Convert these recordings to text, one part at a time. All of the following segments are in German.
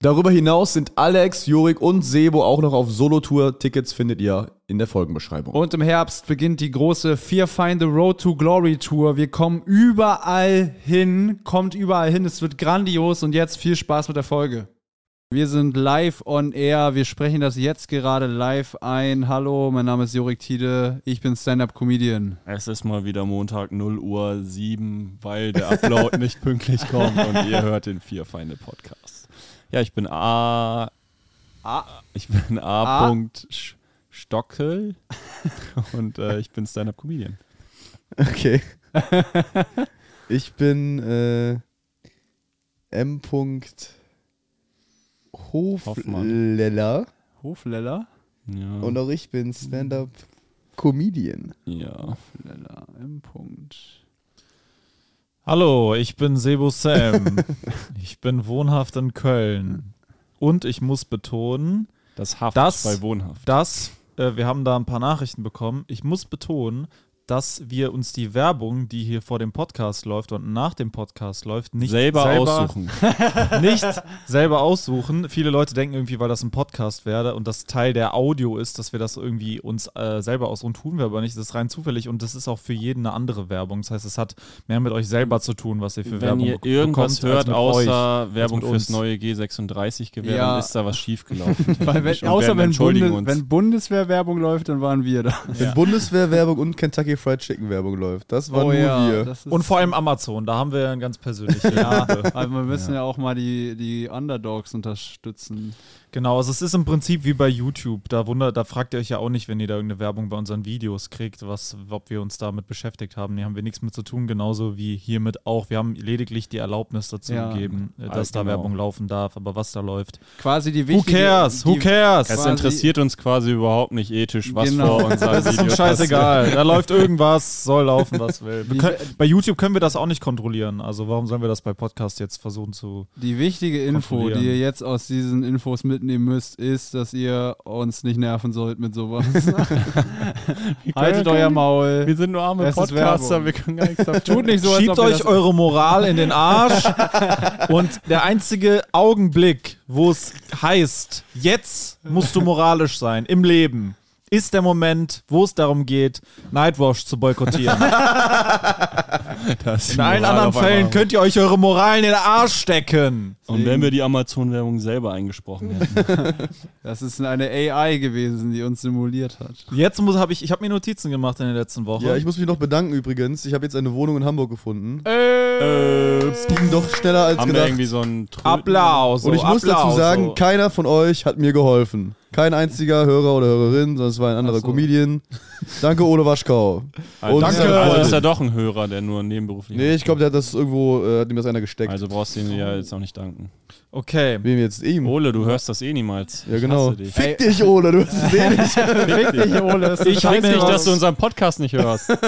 Darüber hinaus sind Alex, Jurik und Sebo auch noch auf Solo-Tour. Tickets findet ihr in der Folgenbeschreibung. Und im Herbst beginnt die große Fear Find the Road to Glory Tour. Wir kommen überall hin, kommt überall hin. Es wird grandios und jetzt viel Spaß mit der Folge. Wir sind live on air. Wir sprechen das jetzt gerade live ein. Hallo, mein Name ist Jurik Tiede. Ich bin Stand-Up-Comedian. Es ist mal wieder Montag 0 Uhr 7, weil der Upload nicht pünktlich kommt und ihr hört den Vier Feinde Podcast. Ja, ich bin A. A. Ich bin A. Punkt Sch- Stockel und äh, ich bin Stand-Up-Comedian. Okay. ich bin äh, M. Hofleller Hofleller. Ja. und auch ich bin Stand-up Comedian. ja. Hofleller im Punkt. Hallo, ich bin Sebo Sam. ich bin wohnhaft in Köln. Und ich muss betonen, Das Haft Das- bei Wohnhaft. dass äh, wir haben da ein paar Nachrichten bekommen. Ich muss betonen, dass wir uns die Werbung, die hier vor dem Podcast läuft und nach dem Podcast läuft, nicht selber, aussuchen. Nicht selber aussuchen. Viele Leute denken irgendwie, weil das ein Podcast wäre und das Teil der Audio ist, dass wir das irgendwie uns äh, selber aussuchen. Tun wir aber nicht. Das ist rein zufällig und das ist auch für jeden eine andere Werbung. Das heißt, es hat mehr mit euch selber zu tun, was ihr für Wenn Werbung ihr bek- irgendwas bekommt, als hört, mit außer Werbung mit uns. fürs neue G36 Gewehr, Ja. dann ist da was schiefgelaufen. Weil Äh, wenn, technisch. Und außer wir wenn, entschuldigen Bunde, wenn Bundeswehr-Werbung läuft, dann waren wir da. Wenn Bundeswehr-Werbung und Kentucky Fried Chicken-Werbung läuft, das Oh war nur wir. Oh das ist- Und vor allem Amazon, da haben wir ein ganz persönliches. äh. ja. Aber wir müssen ja, auch mal die, die Underdogs unterstützen. Genau, also es ist im Prinzip wie bei YouTube. Da wundert, da fragt ihr euch ja auch nicht, wenn ihr da irgendeine Werbung bei unseren Videos kriegt, was, ob wir uns damit beschäftigt haben. Nee, haben wir nichts mit zu tun, genauso wie hiermit auch. Wir haben lediglich die Erlaubnis dazu Ja. gegeben, äh, dass Also da genau. Werbung laufen darf, aber was da läuft. Quasi die Who wichtige. cares? Who die- cares? Es quasi- interessiert uns quasi überhaupt nicht ethisch, was Genau. vor unseren Das ist uns Videos scheißegal. Da läuft irgendwas, soll laufen, was will. Wie- Wir können, bei YouTube können wir das auch nicht kontrollieren. Also warum sollen wir das bei Podcast jetzt versuchen zu. Die wichtige Info, die Kontrollieren. ihr jetzt aus diesen Infos mitnehmen müsst, ist, dass ihr uns nicht nerven sollt mit sowas. passiert. Haltet euer Maul. Wir sind nur arme Es ist Werbung. Podcaster, wir können gar nichts dafür. Tut nicht so, als Schiebt ob ihr euch das- eure Moral in den Arsch und der einzige Augenblick, wo es heißt, jetzt musst du moralisch sein im Leben, ist der Moment, wo es darum geht, Nightwash zu boykottieren. das. In allen anderen Fällen könnt ihr euch eure Moral in den Arsch stecken. Und wenn wir die Amazon-Werbung selber eingesprochen hätten. Das ist eine AI gewesen, die uns simuliert hat. Jetzt muss habe ich, ich habe mir Notizen gemacht in der letzten Woche. Ja, ich muss mich noch bedanken übrigens. Ich habe jetzt eine Wohnung in Hamburg gefunden. äh, Es ging doch schneller als haben wir gedacht. irgendwie so einen Tröten- Applaus. oh. Und ich muss dazu sagen, keiner von euch hat mir geholfen. Kein einziger Hörer oder Hörerin, sondern es war ein anderer Ach so. Comedian. Danke, Ole Waschkau. Also, Danke. Also ist ja doch ein Hörer, der nur nebenberuflich Nee, ich glaube, der hat das irgendwo, äh, hat ihm das einer gesteckt. Also brauchst du ihm ja jetzt auch nicht danken. okay. Wem jetzt? Ihm. Ole, du hörst das eh niemals. Ja, genau. Ich hasse dich. Fick dich, Ole, du hast es eh nicht. Fick dich, Ole. das ist Ich Ich weiß hab mir nicht, was- dass du unseren Podcast nicht hörst. Ich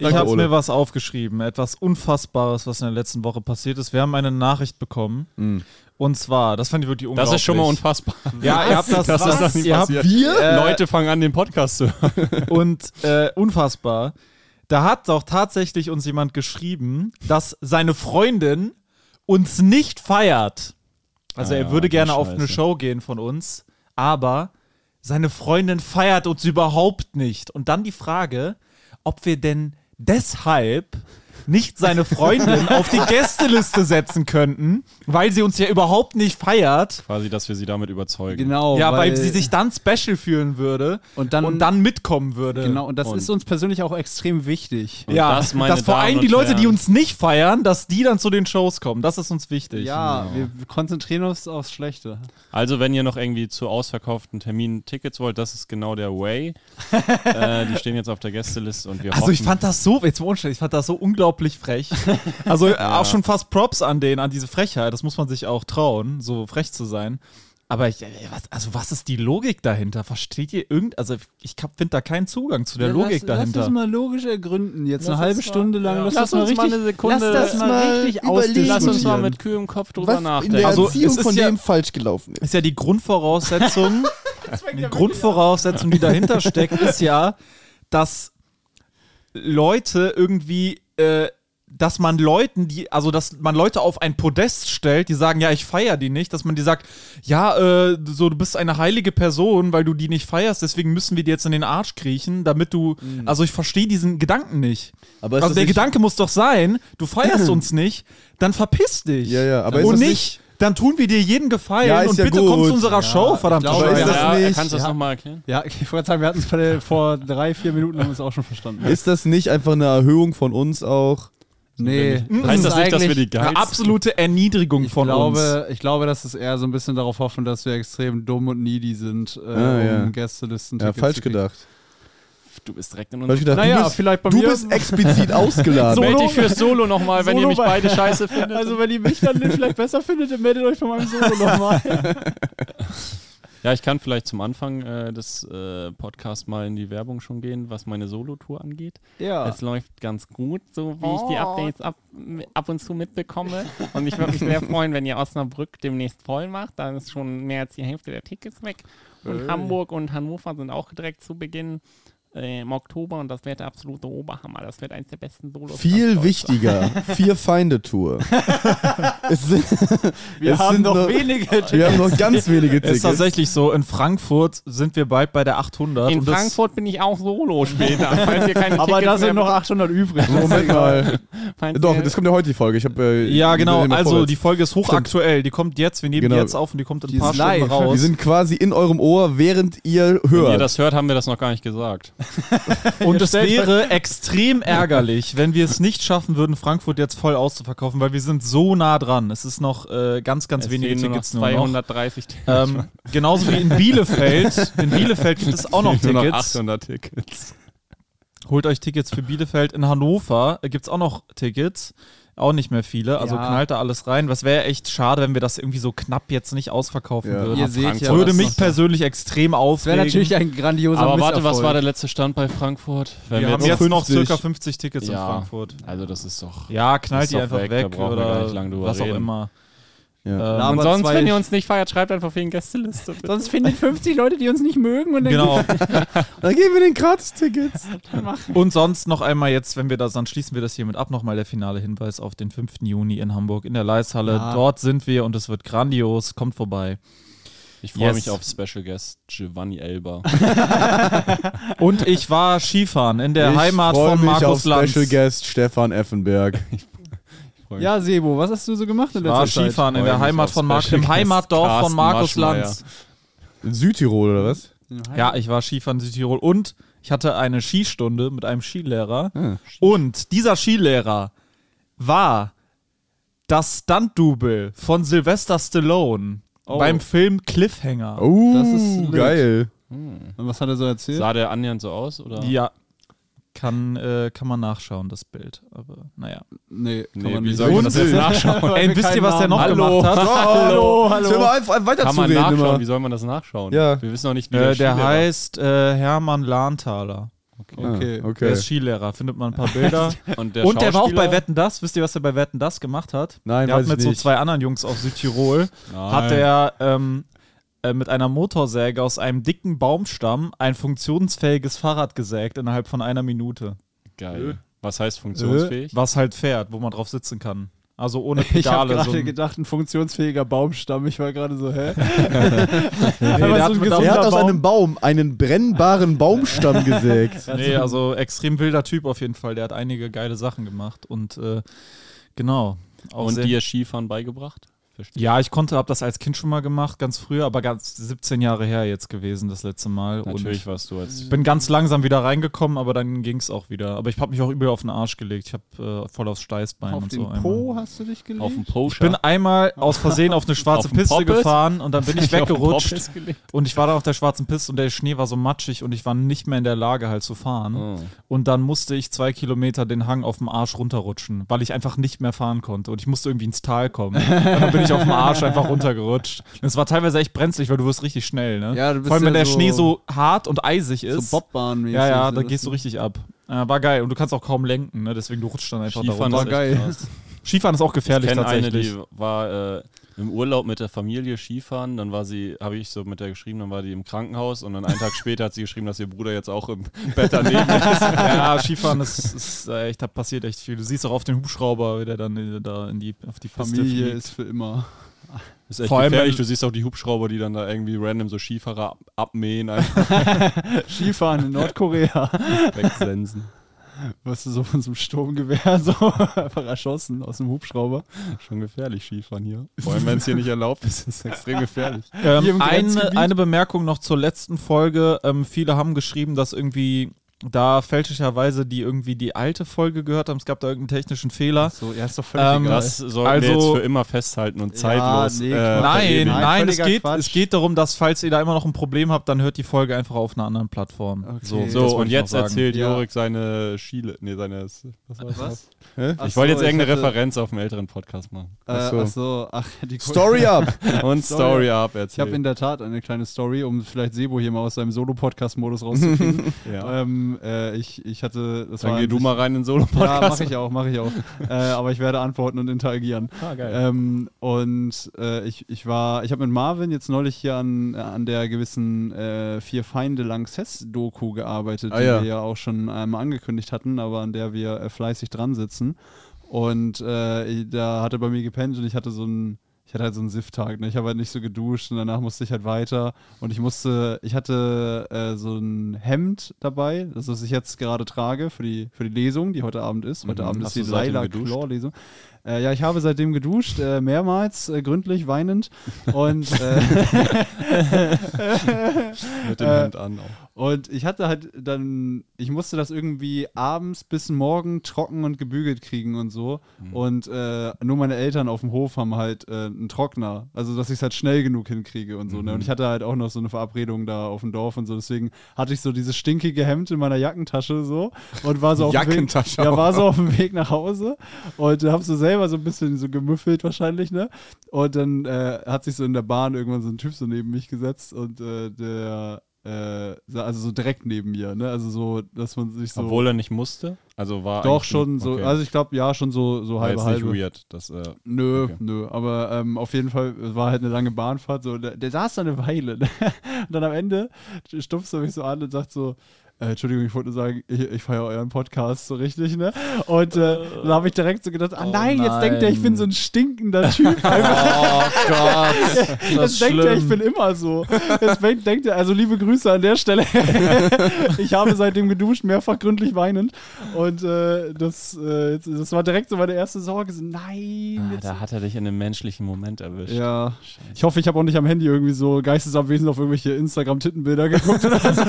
Danke, habe Ole. mir was aufgeschrieben, etwas Unfassbares, was in der letzten Woche passiert ist. Wir haben eine Nachricht bekommen. Und zwar, das fand ich wirklich unglaublich. Das ist schon mal unfassbar. Ja, ihr habt das, Das ist noch nie ihr habt, passiert. Wir? äh, Leute fangen an, den Podcast zu hören. Und äh, unfassbar. Da hat doch tatsächlich uns jemand geschrieben, dass seine Freundin uns nicht feiert. Also Ah er ja, würde die gerne auf eine Scheiße. Show gehen von uns, aber seine Freundin feiert uns überhaupt nicht. Und dann die Frage, ob wir denn deshalb nicht seine Freundin auf die Gästeliste setzen könnten, weil sie uns ja überhaupt nicht feiert. Quasi, dass wir sie damit überzeugen. Genau. ja, weil, sie sich dann special fühlen würde Und dann- und dann mitkommen würde. Genau, und das ist uns persönlich auch extrem wichtig. Und ja, das, meine dass vor Damen allem und die Leute, die Herren. uns nicht feiern, dass die dann zu den Shows kommen. Das ist uns wichtig. Ja, Mhm. wir konzentrieren uns aufs Schlechte. Also, wenn ihr noch irgendwie zu ausverkauften Terminen Tickets wollt, das ist genau der Way. äh, die stehen jetzt auf der Gästeliste und wir Also hoffen, ich fand das so, jetzt mal unschuldig, ich fand das so unglaublich frech. äh, Also auch schon fast Props an den, an diese Frechheit. Das muss man sich auch trauen, so frech zu sein. Aber ich, äh, was, also was ist die Logik dahinter? Versteht ihr irgend? Also ich finde da keinen Zugang zu der Ja, Logik lass, dahinter. Lass das mal logisch ergründen. Jetzt Lass eine halbe uns mal- Stunde lang. ja. Lass, Lass das mal uns mal richtig, eine Sekunde- Lass das mal richtig überlegen. ausdiskutieren. Lass uns mal mit kühlem Kopf drüber was in nachdenken. der Also, Erziehung es ist von ja- dem falsch gelaufen ist. ist ja die Grundvoraussetzung, die Grundvoraussetzung, die dahinter steckt, ist ja, dass Leute irgendwie, äh, dass man Leuten, die, also dass man Leute auf ein Podest stellt, die sagen, ja, ich feier die nicht, dass man die sagt, ja, äh, so du bist eine heilige Person, weil du die nicht feierst, deswegen müssen wir dir jetzt in den Arsch kriechen, damit du, also ich verstehe diesen Gedanken nicht. Aber ist also das der nicht- Gedanke muss doch sein, du feierst uns nicht, dann verpiss dich. Ja, ja, aber ist Und das nicht, nicht- dann tun wir dir jeden Gefallen Ja, ist und ja bitte gut. komm zu unserer Show, verdammt. ich glaube, Scheiße. ist das ja, er nicht- kannst du das ja. nochmal erklären? Ja, ich wollte sagen, wir hatten es vor- vor drei, vier Minuten, haben wir es auch schon verstanden. Ist das nicht einfach eine Erhöhung von uns auch? nee, Heißt ist das nicht, dass wir Hm. eigentlich- die Eine geilsten absolute Erniedrigung ich von uns. glaube, Ich glaube, dass es eher so ein bisschen darauf hoffen, dass wir extrem dumm und needy sind, äh, Ah, ja. um Gästelisten Ja, falsch gedacht. Du bist direkt in Falsch unserem... gedacht. Naja, du bist, vielleicht bei du mir. bist explizit ausgeladen. Meld dich fürs Solo nochmal, wenn ihr Solo mich bei- beide scheiße findet. also, wenn ihr mich dann vielleicht besser findet, dann meldet euch von meinem Solo nochmal. Ja, ich kann vielleicht zum Anfang äh, des äh, Podcasts mal in die Werbung schon gehen, was meine Solo-Tour angeht. ja. Oh. Es läuft ganz gut, so wie ich die Updates ab, ab und zu mitbekomme. Und ich würde mich sehr freuen, wenn ihr Osnabrück demnächst voll macht. Da ist schon mehr als die Hälfte der Tickets weg. Und Hamburg und Hannover sind auch direkt zu Beginn äh, im Oktober. Und das wird der absolute Oberhammer. Das wird eins der besten Solo. Viel wichtiger. Vier Feinde Tour. es sind, Wir es haben sind noch nur- wenige wir haben noch ganz wenige Ist Tickets. tatsächlich so, in Frankfurt sind wir bald bei der 800. In und das- Frankfurt bin ich auch Solo später. falls ihr keine Also Aber Tickets da sind mehr- noch 800 übrig. Moment mal. falls Doch, ihr- das kommt ja heute die Folge. Ich hab, äh, Ja, wir genau. nehmen Also, vorwärts. die Folge ist hochaktuell. Die kommt jetzt. Wir nehmen Genau. die jetzt auf und die kommt in Die ein paar ist Stunden live. raus. Wir sind quasi in eurem Ohr, während ihr Wenn ihr hört. das hört, haben wir das noch gar nicht gesagt. und es wäre extrem ärgerlich, wenn wir es nicht schaffen würden, Frankfurt jetzt voll auszuverkaufen, weil wir sind so nah dran. Es ist noch äh, ganz, ganz Es wenige fehlen nur noch Tickets nur noch. 230 Tickets. Ähm, genauso wie in Bielefeld. In Bielefeld gibt es auch noch Fehlen nur Tickets. 800 Tickets. Holt euch Tickets für Bielefeld. In Hannover gibt es auch noch Tickets. Auch nicht mehr viele. Also Ja. knallt da alles rein. Was wäre echt schade, wenn wir das irgendwie so knapp jetzt nicht ausverkaufen Ja. würden. Ihr seht ja. Würde was- mich persönlich extrem Das aufregen. wäre natürlich ein grandioser Aber warte, was Misserfolg. war der letzte Stand bei Frankfurt? Wenn wir, haben jetzt- jetzt noch 50. circa 50 Tickets in Ja. Frankfurt. also das ist doch. Ja, knallt Ist die doch einfach weg, weg, da brauchen wir gar oder nicht lang drüber was auch reden. immer. Ja. Ähm, Aber und sonst, zwei- wenn ihr uns nicht feiert, schreibt einfach wegen Gästeliste. bitte. Sonst finden 50 Leute, die uns nicht mögen und dann genau. Dann geben wir den Gratis-Tickets. Und sonst noch einmal jetzt, wenn wir das, dann schließen wir das hiermit ab, nochmal der finale Hinweis auf den 5. Juni in Hamburg in der Leishalle. Ja. Dort sind wir und es wird grandios. Kommt vorbei. Ich freue Yes. mich auf Special Guest Giovanni Elba. Und ich war Skifahren in der Ich Heimat freu von mich Markus auf Lanz. Special Guest Stefan Effenberg. Ja, Sebo, was hast du so gemacht in letzter War Zeit? Skifahren in Freu der mich Heimat auf von Markus, Special im Guest Heimatdorf von Carsten Markus Maschmeyer. Lanz. In Südtirol, oder was? Ja, ich war Skifahren in Südtirol und ich hatte eine Skistunde mit einem Skilehrer. Ah, Und dieser Skilehrer war das Stunt-Double von Sylvester Stallone Oh. beim Film Cliffhanger. Oh, Das ist wild. geil. Und was hat er so erzählt? Sah der annähernd so aus? Oder? Ja. Kann, äh, kann man nachschauen, das Bild. Aber naja. Nee, kann Nee, man wie nicht. soll ich das jetzt nachschauen? Weil wir Ey, wisst keinen ihr, was der noch Namen gemacht hat? hallo, hallo. Hör mal auf, auf Kann man weiterzureden nachschauen? immer. Wie soll man das nachschauen? Ja. Wir wissen noch nicht, wie Äh, der Skilehrer- heißt äh, Hermann Lahntaler. Ah, Okay. Der okay. ist Skilehrer, findet man ein paar Bilder. Und der, Und der war auch bei Schauspieler? Wetten Das. Wisst ihr, was er bei Wetten Das gemacht hat? Nein, der hat weiß ich mit so nicht. zwei anderen Jungs aus Südtirol hat er ähm, äh, mit einer Motorsäge aus einem dicken Baumstamm ein funktionsfähiges Fahrrad gesägt innerhalb von einer Minute. Äh. Geil. Was heißt funktionsfähig? Was halt fährt, wo man drauf sitzen kann. Also ohne Ich habe Pedale. so gerade ein- gedacht, ein funktionsfähiger Baumstamm. Ich war gerade so, hä? der so hat ein mit- Er hat aus Baum. einem Baum einen brennbaren Baumstamm gesägt. nee, also extrem wilder Typ auf jeden Fall. Der hat einige geile Sachen gemacht und äh, genau. Auch Und sehr- dir Skifahren beigebracht? Verstehe. ja, ich konnte, habe das als Kind schon mal gemacht, ganz früher, aber ganz 17 Jahre her jetzt gewesen, das letzte Mal. Natürlich Und warst du als. ich bin ganz langsam wieder reingekommen, aber dann ging es auch wieder. Aber ich habe mich auch übel auf den Arsch gelegt. Ich habe äh, voll aufs Steißbein Auf und so. den einmal. Po hast du dich gelegt? Auf dem Ich bin Poster. einmal aus Versehen auf eine schwarze Auf den Piste Poppes? gefahren und dann bin ich weggerutscht. weggerutscht und ich war dann auf der schwarzen Piste und der Schnee war so matschig und ich war nicht mehr in der Lage halt zu fahren. Und dann musste ich zwei Kilometer den Hang auf dem Arsch runterrutschen, weil ich einfach nicht mehr fahren konnte und ich musste irgendwie ins Tal kommen. Und dann bin ich völlig auf dem Arsch einfach runtergerutscht. Das war teilweise echt brenzlig, weil du wirst richtig schnell, ne? Ja, du bist Vor allem, wenn ja der so- Schnee so hart und eisig ist. So Bobbahn ja, ja, da gehst du richtig ab. Äh, war geil. Und du kannst auch kaum lenken, ne? Deswegen du rutschst dann einfach Skifahren da ist runter. echt geil. krass. Skifahren ist auch gefährlich ich kenne eine, tatsächlich. die war äh, im Urlaub mit der Familie Skifahren, dann war sie, habe ich so mit der geschrieben, dann war die im Krankenhaus und dann einen Tag später hat sie geschrieben, dass ihr Bruder jetzt auch im Bett daneben ist. ja, Skifahren ist, ist äh, echt, da passiert echt viel. Du siehst auch auf den Hubschrauber, wie der dann äh, da in die, auf die Piste Familie fliegt. ist für immer. Ist echt Vor allem, gefährlich, wenn- du siehst auch die Hubschrauber, die dann da irgendwie random so Skifahrer ab abmähen, einfach Skifahren in Nordkorea. wegsensen. Wirst du so von so einem Sturmgewehr so einfach erschossen aus dem Hubschrauber. Schon gefährlich Skifahren hier. Vor allem, wenn es hier nicht erlaubt ist, ist es extrem gefährlich. Hier im Ähm, eine, Grenzgebiet. eine Bemerkung noch zur letzten Folge. Ähm, viele haben geschrieben, dass irgendwie da fälschlicherweise die irgendwie die alte Folge gehört haben. Es gab da irgendeinen technischen Fehler. So, ja, ist doch völlig Ähm, Das sollten wir Also- jetzt für immer festhalten und zeitlos. nee, äh, Quatsch. Nein, verewigen. nein, es, völliger geht, Quatsch. es geht darum, dass falls ihr da immer noch ein Problem habt, dann hört die Folge einfach auf einer anderen Plattform. Okay. So, So, das So, wollte und ich noch jetzt sagen. erzählt Ja. Jorik seine Schiele. Nee, seine. Was? war das? Was? Ich wollte jetzt irgendeine Referenz auf einen älteren Podcast machen. Äh, ach so, ach, die Story up! Und Story. Story Up Ich habe in erzählt. der Tat eine kleine Story, um vielleicht Sebo hier mal aus seinem Solo-Podcast-Modus rauszukriegen. Ja. ähm, äh, ich, ich hatte, das Dann war geh du mal rein in den Ja, Solo-Podcast. mache ich auch, mache ich auch. äh, aber ich werde antworten und interagieren. Ah, geil. Ähm, und äh, ich, ich war, ich habe mit Marvin jetzt neulich hier an, an der gewissen äh, Vier Feinde Lanxess-Doku gearbeitet, Ah, die ja. wir ja auch schon einmal angekündigt hatten, aber an der wir äh, fleißig dran sitzen. Und äh, da hat er bei mir gepennt und ich hatte so einen, ich hatte halt so einen Sifttag. Ne? Ich habe halt nicht so geduscht und danach musste ich halt weiter. Und ich musste, ich hatte äh, so ein Hemd dabei, das was ich jetzt gerade trage für die, für die Lesung, die heute Abend ist. Heute Mhm. Abend Hast ist du die seitdem Laila geduscht? Chlor-Lesung. Äh, ja, ich habe seitdem geduscht, äh, mehrmals, äh, gründlich, weinend. Und äh, Mit dem Äh, Hemd an. Auch. Und ich hatte halt dann, ich musste das irgendwie abends bis morgen trocken und gebügelt kriegen und so. Und äh, nur meine Eltern auf dem Hof haben halt äh, einen Trockner. Also, dass ich es halt schnell genug hinkriege und so. Ne? Und ich hatte halt auch noch so eine Verabredung da auf dem Dorf und so. Deswegen hatte ich so dieses stinkige Hemd in meiner Jackentasche so und war so auf dem Weg, Jackentasche ja, auch. war so auf dem Weg nach Hause und hab so selber so ein bisschen so gemüffelt wahrscheinlich, ne? Und dann äh, hat sich so in der Bahn irgendwann so ein Typ so neben mich gesetzt und äh, der äh, sa- also so direkt neben mir, ne? Also so, dass man sich so Obwohl er nicht musste. Also war. doch eigentlich ein- schon so, okay. also ich glaube ja schon so so war halbe jetzt halbe. nicht weird. Das, äh, Nö, Okay. nö, aber ähm, auf jeden Fall es war halt eine lange Bahnfahrt. So, der, der saß da eine Weile. Ne? Und dann am Ende stupst er mich so an und sagt so, äh, Entschuldigung, ich wollte nur sagen, ich, ich feiere euren Podcast so richtig, ne? Und äh, dann habe ich direkt so gedacht, ah nein, jetzt denkt er, ich bin so ein stinkender Typ. das Jetzt ist denkt er, ich schlimm. bin immer so. Deswegen denkt er, also liebe Grüße an der Stelle. ich habe seitdem geduscht, mehrfach gründlich weinend. Und äh, das, äh, jetzt- das war direkt so meine erste Sorge. So, nein, jetzt Ah, da hat er dich in einem menschlichen Moment erwischt. Ja. Ich hoffe, ich habe auch nicht am Handy irgendwie so geistesabwesend auf irgendwelche Instagram-Tittenbilder geguckt oder so.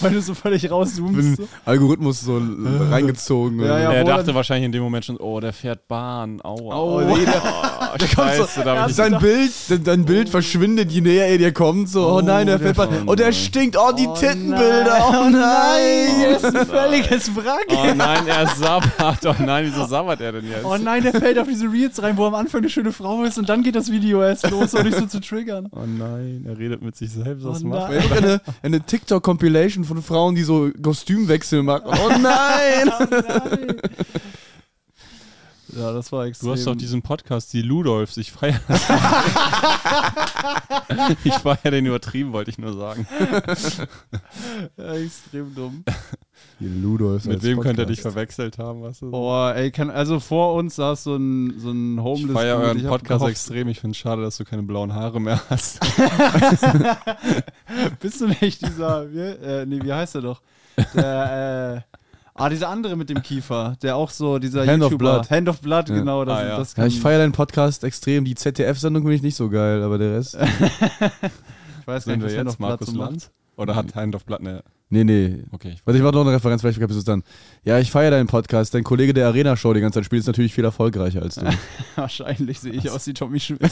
Weil du so völlig rauszoomst. Algorithmus so l- reingezogen. Ja, ja. er Obwohl- dachte wahrscheinlich in dem Moment schon, oh, der fährt Bahn. Aua. Oh, nee, da, Scheiße, da hab ich dein Bild, dein, dein Bild verschwindet, je näher er dir kommt. So, oh nein, der fällt bei. Oh, der stinkt. Oh, die Tittenbilder. Oh nein. Das ist ein völliges Wrack. Oh nein, er sabbert. Oh nein, wieso sabbert er denn jetzt? Oh nein, der fällt auf diese Reels rein, wo am Anfang eine schöne Frau ist und dann geht das Video erst los, um dich so zu triggern. Oh nein, er redet mit sich selbst. Oh Was nein. macht Ich hab eine, eine TikTok-Compilation von Frauen, die so Kostümwechsel machen. Oh nein! Ja, das war extrem. Du hast doch diesen Podcast, die Ludolfs. Ich feiere Ich feiere den übertrieben, wollte ich nur sagen. extrem dumm. Ludolf Mit wem könnte er dich verwechselt haben? Was ist? Boah, ey, kann, also vor uns saß so ein, so ein ich homeless feiere Dude. euren hab Podcast gehofft, extrem. Ich finde es schade, dass du keine blauen Haare mehr hast. Bist du nicht dieser, wie, äh, nee, wie heißt er doch? Der, äh, ah, dieser andere mit dem Kiefer, der auch so, dieser Hand of YouTuber. Blood. Hand of Blood, Ja. genau. Das, Ah, ja. das Ja, ich kann- feiere deinen Podcast extrem. Die ZDF-Sendung finde ich nicht so geil, aber der Rest. ich weiß gar Sind nicht, wir was Hand of jetzt Blood Markus so macht. Lanz? Oder hat Heindorf Blatt eine. Nee, nee. Okay, ich Warte, ich mache noch eine Referenz, vielleicht kapierst du es dann. Ja, ich feiere deinen Podcast. Dein Kollege der Arena-Show die ganze Zeit spielt ist natürlich viel erfolgreicher als du. Wahrscheinlich sehe ich aus wie Tommy Schmidt.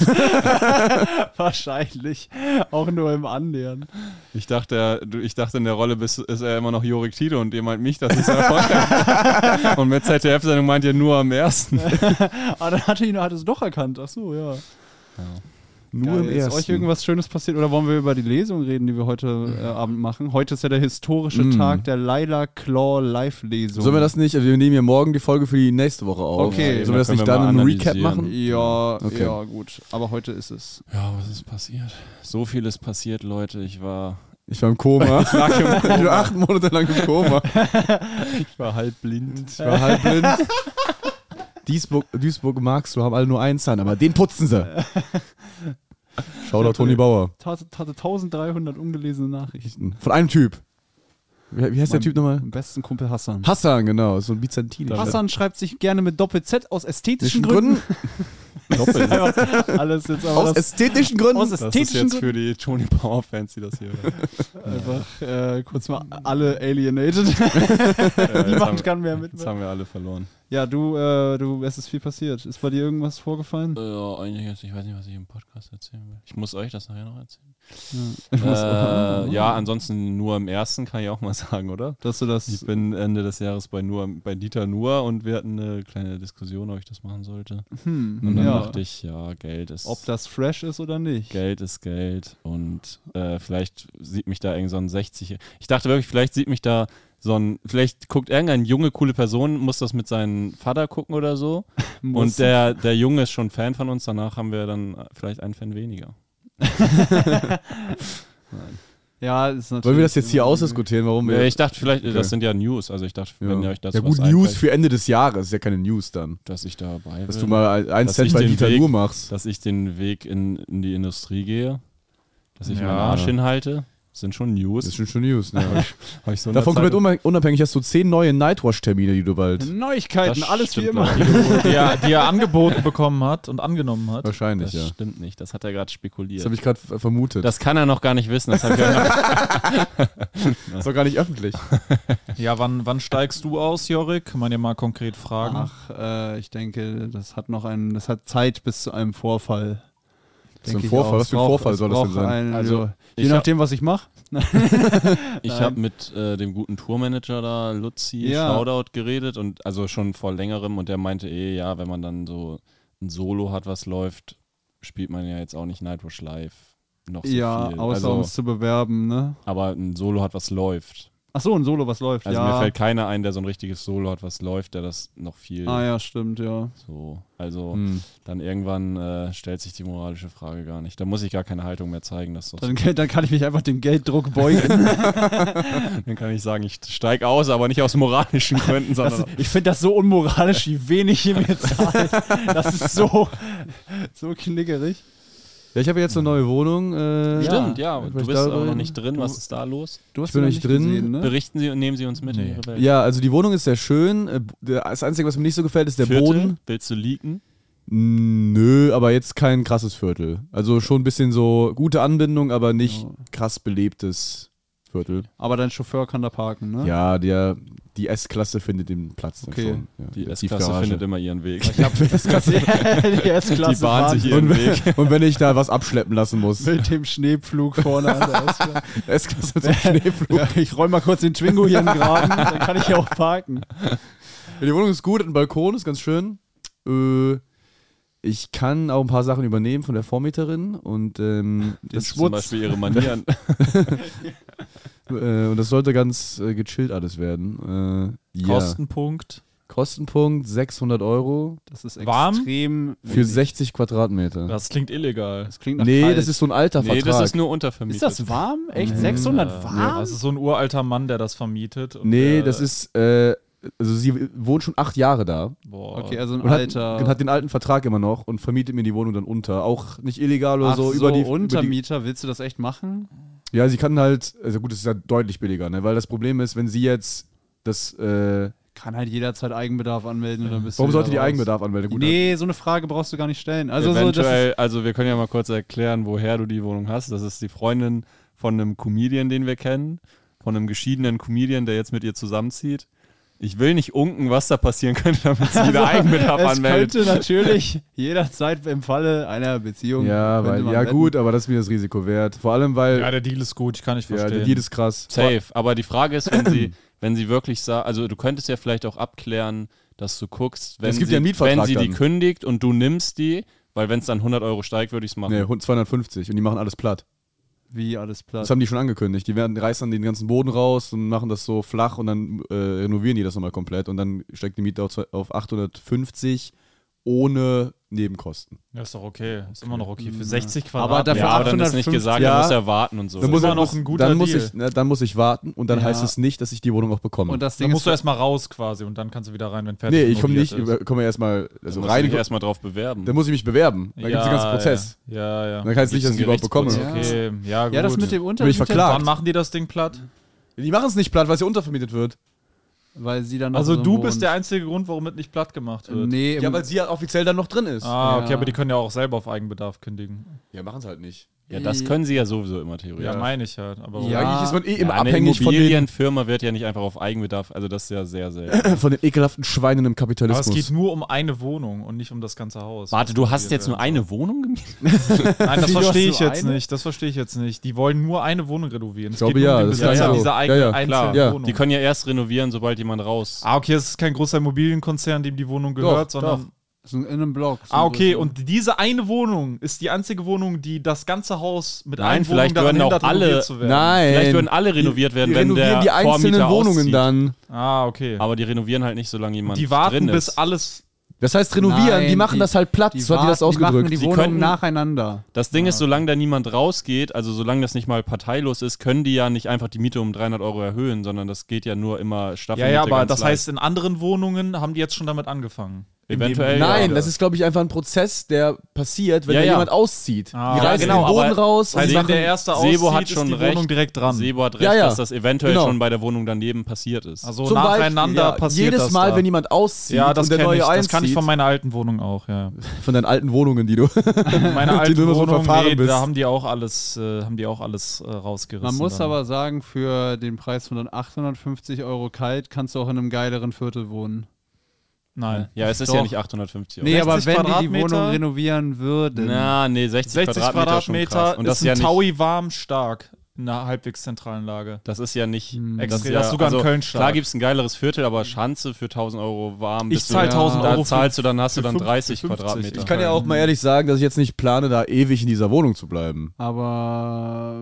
Wahrscheinlich. Auch nur im Annähern. Ich dachte, du- ich dachte, in der Rolle bist, ist er immer noch Jorik Tito und ihr meint mich, das ist Erfolg. und mit ZDF-Sendung meint ihr nur am ersten. Ah, dann hatte ihn, hat es doch erkannt. Ach so, ja. Nur Geil. Ist euch irgendwas Schönes passiert oder wollen wir über die Lesung reden, die wir heute äh, Abend machen? Heute ist ja der historische Mhm. Tag der Laila Claw Live-Lesung. Sollen wir das nicht? Also wir nehmen ja morgen die Folge für die nächste Woche auf. Okay. Sollen wir das Können nicht wir dann mal im Recap analysieren. machen? Ja, Okay. ja, gut. Aber heute ist es. Ja, was ist passiert? So viel ist passiert, Leute. Ich war, Ich war im Koma. ich war acht Monate lang im Koma. ich war halb blind. Ich war halb blind. Duisburg, Duisburg magst du, haben alle nur einen Zahn, aber den putzen sie. Shoutout Toni Bauer. Hatte, hatte 1300 ungelesene Nachrichten. Von einem Typ. Wie, wie heißt der Mein- Typ nochmal? Am besten Kumpel Hassan. Hassan, genau. So ein Byzantiner. Hassan schreibt sich gerne mit Doppel-Z aus ästhetischen Ästhetischen Gründen. Gründen. Alles jetzt aber Aus das, ästhetischen Gründen. aus Das ist ästhetischen jetzt Gründen. für die Tony Power-Fans, die das hier hören. Einfach äh, kurz mal alle alienated. Äh, jetzt haben- Niemand kann mehr mit. ne? Jetzt haben wir alle verloren. Ja, du, äh, du, es ist viel passiert. Ist bei dir irgendwas vorgefallen? Äh, Ja, eigentlich jetzt, ich weiß nicht, was ich im Podcast erzählen will. Ich muss euch das nachher noch erzählen. muss- Äh, ja, ansonsten nur im ersten kann ich auch mal sagen, oder? Dass du das. Ich bin Ende des Jahres bei Nur, bei Dieter Nur und wir hatten eine kleine Diskussion, ob ich das machen sollte. Hm, Und dann ja. dachte ich, ja, Geld ist ob das fresh ist oder nicht. Geld ist Geld und äh, vielleicht sieht mich da irgend so ein 60. Ich dachte wirklich, vielleicht sieht mich da so ein, vielleicht guckt irgendeine junge, coole Person, muss das mit seinem Vater gucken oder so. Muss- Und der, der Junge ist schon Fan von uns, danach haben wir dann vielleicht einen Fan weniger. ja, ist natürlich. Wollen wir das jetzt hier immer- ausdiskutieren, warum wir. Ich dachte vielleicht, Okay. das sind ja News, also ich dachte, wenn ihr euch das ja, gut, was einfällt, News für Ende des Jahres. Ist ja keine News dann. dass ich dabei bin. Dass du mal ein Äh, Dass Cent ich bei den Dieter Weg- Nuhr machst. dass ich den Weg in, in die Industrie gehe, dass ich Ja. meinen Arsch hinhalte. Das sind schon Das News. sind schon News, ne? Hab ich so in der Davon Zeit- komplett unabhängig- unabhängig hast du zehn neue Nightwatch-Termine, die du bald. Neuigkeiten, Das alles wie stimmt, immer. glaub ich. die, er, die er angeboten bekommen hat und angenommen hat. Wahrscheinlich, Das ja. stimmt nicht. Das hat er gerade spekuliert. Das habe ich gerade vermutet. das kann er noch gar nicht wissen. Das hab ich auch noch- ist doch gar nicht öffentlich. Ja, wann, wann steigst du aus, Jorik? Kann man ja mal konkret fragen. Ach, äh, ich denke, das hat noch einen, das hat Zeit bis zu einem Vorfall. So ein Denke ich Vorfall? auch. Was für ein Es braucht- Vorfall es soll das denn braucht sein? einen- Also, ja, ich je hab- nachdem, was ich mache. ich habe mit äh, dem guten Tourmanager da, Luzi, Ja. Shoutout, geredet und also schon vor längerem und der meinte eh, ja, wenn man dann so ein Solo hat, was läuft, spielt man ja jetzt auch nicht Nightwish live noch so ja, viel. außer um es also, zu bewerben, ne? aber ein Solo hat, was läuft. Ach so, ein Solo, was läuft? Also ja. mir fällt keiner ein, der so ein richtiges Solo hat, was läuft, der das noch viel ah ja, stimmt, ja. So, also Hm. dann irgendwann äh, stellt sich die moralische Frage gar nicht. Da muss ich gar keine Haltung mehr zeigen. Das ist doch Dann, dann kann ich mich einfach dem Gelddruck beugen. Genau. so. Dann kann ich sagen, ich steige aus, aber nicht aus moralischen Gründen, Das, sondern ich finde das so unmoralisch, wie wenig ihr mir zahlt. Das ist so, so knickerig. Ja, ich habe jetzt eine neue Wohnung. Äh, Stimmt, ja, Wollt du ihr bist aber darüber noch reden? nicht drin. Was ist da los? Du bin noch ne? nicht drin. Berichten Sie und nehmen Sie uns mit in Nee. Ihre Welt. Ja, also die Wohnung ist sehr schön. Äh, der- Das Einzige, was mir nicht so gefällt, ist der Viertel, Boden. Willst du leaken? Nö, aber jetzt kein krasses Viertel. Also schon ein bisschen so gute Anbindung, aber nicht Ja. krass belebtes Viertel. Aber dein Chauffeur kann da parken, ne? Ja, der, die S-Klasse findet den Platz dann Okay. schon. Ja, Die der S-Klasse Tiefgarage. findet immer ihren Weg. Die S-Klasse Die bahnt sich fahren ihren Weg. Und wenn ich da was abschleppen lassen muss. mit dem Schneepflug vorne an der S-Bahn. S-Klasse zum Schneepflug. Ja, ich räume mal kurz den Twingo hier in den Graben, dann kann ich hier auch parken. Ja, Die Wohnung ist gut, hat einen Balkon, ist ganz schön. Äh, ich kann auch ein paar Sachen übernehmen von der Vormieterin und ähm, Das das, ist zum Beispiel ihre Manieren. äh, und das sollte ganz äh, gechillt alles werden. Äh, ja. Kostenpunkt. Kostenpunkt 600 Euro Das ist Warm? extrem. für 60 Quadratmeter. Das klingt illegal. Das klingt nach Nee, kalt. das ist so ein alter nee, das Vertrag. ist nur untervermietet. Ist das warm? Echt? Nee. 600 warm? Das ist so ein uralter Mann, der das vermietet. Und nee, der, das ist, äh, also sie wohnt schon acht Jahre da Boah. Okay, also ein und hat, alter. hat den alten Vertrag immer noch und vermietet mir die Wohnung dann unter. Auch nicht illegal oder Ach so. Über die, über die, Untermieter, willst du das echt machen? Ja, sie kann halt, also gut, es ist ja deutlich billiger, ne? weil das Problem ist, wenn sie jetzt das, äh, Kann halt jederzeit Eigenbedarf anmelden und dann bist warum du wieder sollte die raus. Eigenbedarf anmelden? Gut, Nee, so eine Frage brauchst du gar nicht stellen. Also so, das ist, Eventuell, also wir können ja mal kurz erklären, woher du die Wohnung hast. Das ist die Freundin von einem Comedian, den wir kennen, von einem geschiedenen Comedian, der jetzt mit ihr zusammenzieht. Ich will nicht unken, was da passieren könnte, damit sie wieder Eigenbedarf Es anmeldet. könnte natürlich jederzeit im Falle einer Beziehung. Ja, könnte weil, man ja wetten. gut, aber das ist mir das Risiko wert. Vor allem, weil Ja, ja, der Deal ist gut, ich kann nicht der verstehen. Deal ist krass. Safe. Aber die Frage ist, wenn sie, wenn sie wirklich sagt, also du könntest ja vielleicht auch abklären, dass du guckst, wenn Es gibt sie, ja einen Mietvertrag wenn sie die dann. kündigt und du nimmst die, weil wenn es dann 100 Euro steigt, würde ich es machen. Nee, 250 und die machen alles platt. Wie alles platt. Das haben die schon angekündigt. Die werden, reißen dann den ganzen Boden raus und machen das so flach und dann äh, renovieren die das nochmal komplett und dann steigt die Miete auf, zwei- auf 850 ohne Nebenkosten. ja, ist doch okay. Ist immer noch okay. Für 60 Quadratmeter. Aber dafür Ja, aber dann ist 850 nicht gesagt, Ja. dann muss er warten und so. Dann muss- immer noch ein guter dann muss Deal. Ich, na, dann muss ich warten und dann Ja. heißt es nicht, dass ich die Wohnung auch bekomme. Und das Ding Dann musst du ist, erstmal raus quasi und dann kannst du wieder rein, wenn fertig nee, ich komme nicht, renoviert ist. über- komme erstmal, also dann muss ich rein, mich erstmal drauf bewerben. dann muss ich mich bewerben. Dann gibt es den ganzen Prozess. Ja, ja. Dann kann es nicht, dass ich die überhaupt bekomme. Gibt's einen Okay, ja, gut. ja, das mit dem Bin ich Untermieter, verklagt. Wann machen die das Ding platt? Die machen es nicht platt, weil es ja untervermietet wird. weil sie dann noch Also so du wohnt. bist der einzige Grund, warum es nicht platt gemacht wird. Nee, Ja, im- weil sie ja offiziell dann noch drin ist. Ah, okay, Ja. aber die können ja auch selber auf Eigenbedarf kündigen. Ja, machen es halt nicht. ja, das können sie ja sowieso immer theoretisch. Ja, meine ich halt. Aber Ja. Eigentlich ist man eh immer Ja, eine abhängig von den, Immobilienfirma wird ja nicht einfach auf Eigenbedarf, also das ist ja sehr, sehr. von den ekelhaften Schweinen im aber Kapitalismus. es geht nur um eine Wohnung und nicht um das ganze Haus. Warte, du hast jetzt nur eine Wohnung gemietet? Nein, das Wie, du verstehe ich hast nur jetzt eine? nicht. Das verstehe ich jetzt nicht. Die wollen nur eine Wohnung renovieren. Es glaube, geht nur ja, um den das ist Besitzer ja so. dieser Ja, eigenen ja, einzelnen klar. Ja. Wohnung. Die können ja erst renovieren, sobald jemand raus. ah, okay, es ist kein großer Immobilienkonzern, dem die Wohnung gehört, sondern. so in einem Block. so Ah, okay, so- und diese eine Wohnung ist die einzige Wohnung, die das ganze Haus mit Nein, einem vielleicht Wohnung werden auch hindert, alle- renoviert zu werden. Nein. Vielleicht würden alle renoviert werden, die wenn der renovieren die einzelnen Vormieter Wohnungen auszieht. dann. Ah, okay. Aber die renovieren halt nicht, solange jemand die warten, drin bis ist. alles Das heißt renovieren, Nein, die machen die- das halt platt, die, so hat die das warten- ausgedrückt. Die, machen die Sie Wohnung könnten- nacheinander. Das Ding ist, solange da niemand rausgeht, also solange das nicht mal parteilos ist, können die ja nicht einfach die Miete um 300 Euro erhöhen, sondern das geht ja nur immer Ja, staffelmäßig. ja, aber ganz das leicht. heißt, in anderen Wohnungen haben die jetzt schon damit angefangen. Eventuell, ja. Nein, das ist, glaube ich, einfach ein Prozess, der passiert, wenn Ja, da ja. jemand auszieht. Ah, die ja, reißen genau, den Boden aber- raus Das heißt, und wenn machen, der erste auszieht, Sebo hat schon ist die recht. Wohnung direkt dran. Sebo hat recht, Ja, ja. dass das eventuell Genau. schon bei der Wohnung daneben passiert ist. also zum Beispiel, nacheinander ja, passiert jedes das Mal, da. wenn jemand auszieht ja, das und der kenne neue ich. Das einzieht, kann ich von meiner alten Wohnung auch, ja. von deinen alten Wohnungen, die du Meine Die du alte immer so Wohnung, verfahren nee, bist. da haben die auch alles, äh, haben die auch alles äh, rausgerissen. Man muss dann. aber sagen, für den Preis von dann 850 Euro kalt kannst du auch in einem geileren Viertel wohnen. Nein. ja, es ist Doch. ja nicht 850 Euro. Nee, aber 60 wenn die die Quadratmeter? Wohnung renovieren würden. Na, nee, 60, 60 Quadratmeter, schon krass. Quadratmeter Und ist das ein ja nicht, Taui warm stark in einer halbwegs zentralen Lage. Das ist ja nicht Extrem. ist Hm, Das ist sogar in Köln stark. Klar gibt es ein geileres Viertel, aber Schanze für 1000 Euro warm. Ich bist du- zahl 1000 Da Euro für- zahlst du, dann hast du für dann 50, 30 50. Quadratmeter. Ich kann ja auch mal ehrlich sagen, dass ich jetzt nicht plane, da ewig in dieser Wohnung zu bleiben. Aber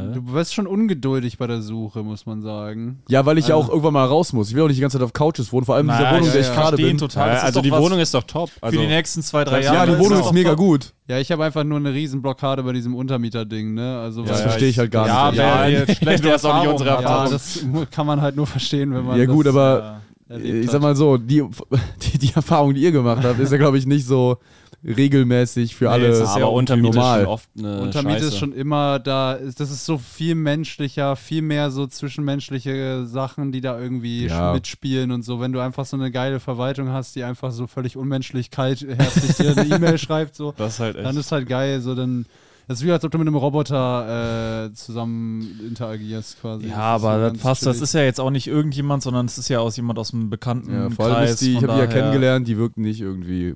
äh, du wirst schon ungeduldig bei der Suche, muss man sagen. Ja, weil ich ja auch irgendwann mal raus muss. Ich will auch nicht die ganze Zeit auf Couches wohnen, vor allem in dieser Nein, Wohnung, in der ich ja, gerade verstehen bin. total. ja, Das ist also doch die was Wohnung ist doch top. Also, für die nächsten zwei, drei Ja, Jahre. die Wohnung ne, doch ist mega gut. Ja, ich habe einfach nur eine riesen Blockade bei diesem Untermieter-Ding, ne? Also, Das weil- verstehe ich halt gar Ja, nicht. wer Ja, jetzt schlechte du hast auch nicht Erfahrungen unsere hat, ja, Erfahrung. das mu- kann man halt nur verstehen, wenn man. Ja gut, das, aber äh, erlebt ich hat. sag mal so, die, die, die Erfahrung, die ihr gemacht habt, ist ja glaube ich nicht so regelmäßig für alle. es ist aber ja Untermiete ist normal. schon oft eine Untermiete Scheiße. ist schon immer da, ist- das ist so viel menschlicher, viel mehr so zwischenmenschliche Sachen, die da irgendwie Ja. sch- mitspielen und so. Wenn du einfach so eine geile Verwaltung hast, die einfach so völlig unmenschlich kalt herzlich dir eine E-Mail schreibt, so, Das ist halt echt. dann ist halt geil, so dann. Das ist wie, als ob du mit einem Roboter äh, zusammen interagierst Also quasi. Ja, Das ist so aber das ganz passt. Das chillig. ist ja jetzt auch nicht irgendjemand, sondern es ist ja aus jemand aus einem bekannten Ja, ja, vor allem Kreis. ist die, ich von habe die ja daher- kennengelernt, die wirkten nicht irgendwie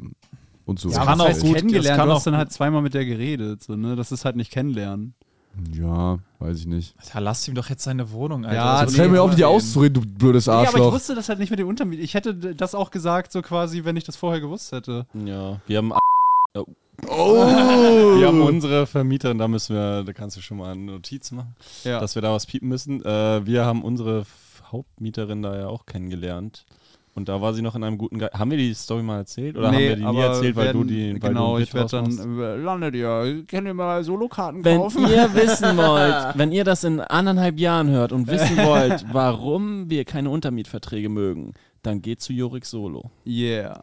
und so. Ja, kann auch heißt gut- das kennengelernt, kann du auch hast dann halt zweimal mit der geredet, so, ne? Das ist halt nicht kennenlernen. Ja, weiß ich nicht. Ja, lass ihm doch jetzt seine Wohnung, Alter. Also, Ja, Das Jetzt nee, ist- hör mir auf, aber dir eben. auszureden, du blödes Ja, aber ich Arschloch. wusste das halt nicht mit dem Untermiet. Ich hätte d- das auch gesagt, so quasi, wenn ich das vorher gewusst hätte. ja, wir haben, oh! wir haben unsere Vermieterin, da müssen wir, da kannst du schon mal eine Notiz machen, Ja. dass wir da was piepen müssen. Äh, wir haben unsere F- Hauptmieterin da ja auch kennengelernt. Und da war sie noch in einem guten Ge Haben wir die Story mal erzählt? Oder haben wir die nie aber erzählt, weil du werden- die weil Genau, du ich werde dann äh, landet ihr. Könnt ihr mal Solokarten kaufen? ihr wissen wollt, wenn ihr das in anderthalb Jahren hört und wissen wollt, warum wir keine Untermietverträge mögen, dann geht zu Jurik Solo. Yeah.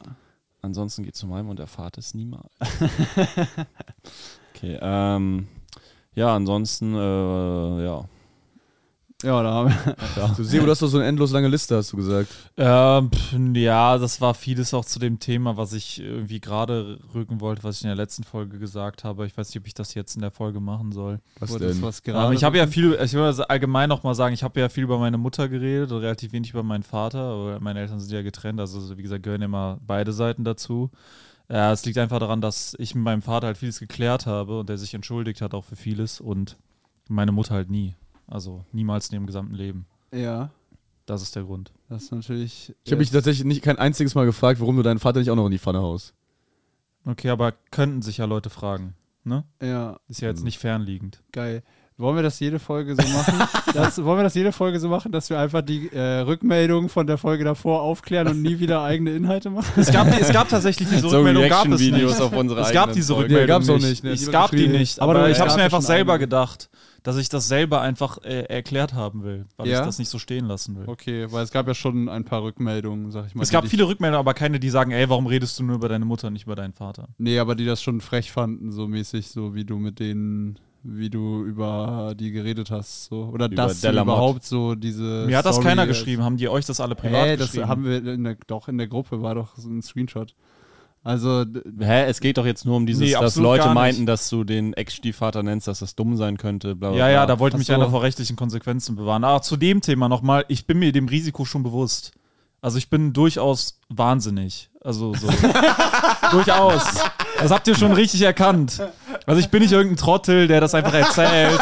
Ansonsten geht zu meinem und erfahrt es niemals. okay, ähm, ja, ansonsten, äh, ja. Ja, da haben wir. Du Sebo, du hast doch so eine endlos lange Liste, hast du gesagt. Ähm, pf, ja, das war vieles auch zu dem Thema, was ich irgendwie gerade rücken wollte, was ich in der letzten Folge gesagt habe. Ich weiß nicht, ob ich das jetzt in der Folge machen soll. Was Wo das denn? Ähm, was Aber gerade ich habe ja viel, ich will das allgemein nochmal sagen, ich habe ja viel über meine Mutter geredet und relativ wenig über meinen Vater. Aber meine Eltern sind ja getrennt, also wie gesagt, gehören immer beide Seiten dazu. Ja, es liegt einfach daran, dass ich mit meinem Vater halt vieles geklärt habe und er sich entschuldigt hat auch für vieles und meine Mutter halt nie. Also niemals in ihrem gesamten Leben. Ja, Das ist der Grund. das ist natürlich. Ich habe mich tatsächlich nicht kein einziges Mal gefragt, warum du deinen Vater nicht auch noch in die Pfanne haust. Okay, aber könnten sich ja Leute fragen. Ne? Ja, Ist ja jetzt nicht fernliegend. geil. Wollen wir das jede Folge so machen? das, wollen wir das jede Folge so machen, dass wir einfach die äh, Rückmeldungen von der Folge davor aufklären und nie wieder eigene Inhalte machen? Es gab, es gab tatsächlich diese So Rückmeldung, gab es nicht. Reaction-Videos auf unsere Es gab eigenen diese Folgen. Rückmeldung gab's auch nicht. nicht, ne? Es Die gab war die geschrieben. nicht. Aber Aber, da ich habe es gab's mir einfach schon selber einige. gedacht, dass ich das selber einfach äh, erklärt haben will, weil Ja? ich das nicht so stehen lassen will. Okay, weil es gab ja schon ein paar Rückmeldungen, sag ich mal. Es die gab dich- viele Rückmeldungen, aber keine, die sagen, ey, warum redest du nur über deine Mutter, und nicht über deinen Vater? Nee, aber die das schon frech fanden, so mäßig, so wie du mit denen, wie du über die geredet hast. So. Oder Über dass du Della Mott. überhaupt so diese. Mir hat das Story keiner als- geschrieben. Haben die euch äh, das alle privat Hey, das geschrieben? haben wir in der, doch in der Gruppe, war doch so ein Screenshot. Also, d- Hä, es geht doch jetzt nur um dieses, Nee, dass absolut Leute gar nicht. meinten, dass du den Ex-Stiefvater nennst, dass das dumm sein könnte, bla bla ja, ja, bla. da wollte ich mich Ach so. einer vor rechtlichen Konsequenzen bewahren. Ah, zu dem Thema nochmal, ich bin mir dem Risiko schon bewusst. Also ich bin durchaus wahnsinnig. Also so. durchaus. Das habt ihr schon richtig erkannt. Also ich bin nicht irgendein Trottel, der das einfach erzählt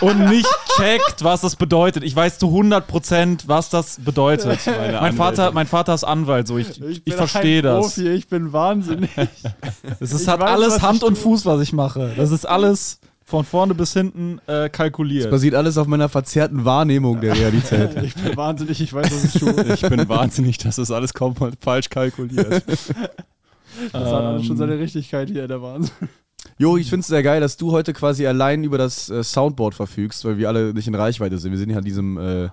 und nicht checkt, was das bedeutet. Ich weiß zu 100 Prozent, was das bedeutet. Meine Mein Vater, Anwälte. mein Vater ist Anwalt, so ich, ich, bin verstehe ein das. Profi, ich bin wahnsinnig. Es ist, Ich hat weiß, was alles ich Hand und Fuß, was ich mache. Das ist alles von vorne bis hinten äh, kalkuliert. Basiert alles auf meiner verzerrten Wahrnehmung der Realität. Ich bin wahnsinnig, ich weiß, was ich tue. Ich bin wahnsinnig, dass das alles komplett falsch kalkuliert. Das hat alles schon seine Richtigkeit hier, der Wahnsinn. Jo, ich find's sehr geil, dass du heute quasi allein über das äh, Soundboard verfügst, weil wir alle nicht in Reichweite sind. Wir sind hier an diesem äh,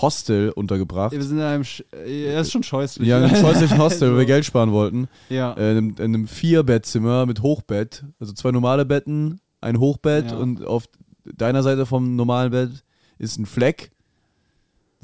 Hostel untergebracht. Wir sind in einem. Sch er ist schon scheußlich. Ja, in einem scheußlichen Hostel, wo wir Geld sparen wollten. ja. Äh, in, einem, in einem Vierbettzimmer mit Hochbett. Also zwei normale Betten, ein Hochbett Ja. und auf deiner Seite vom normalen Bett ist ein Fleck.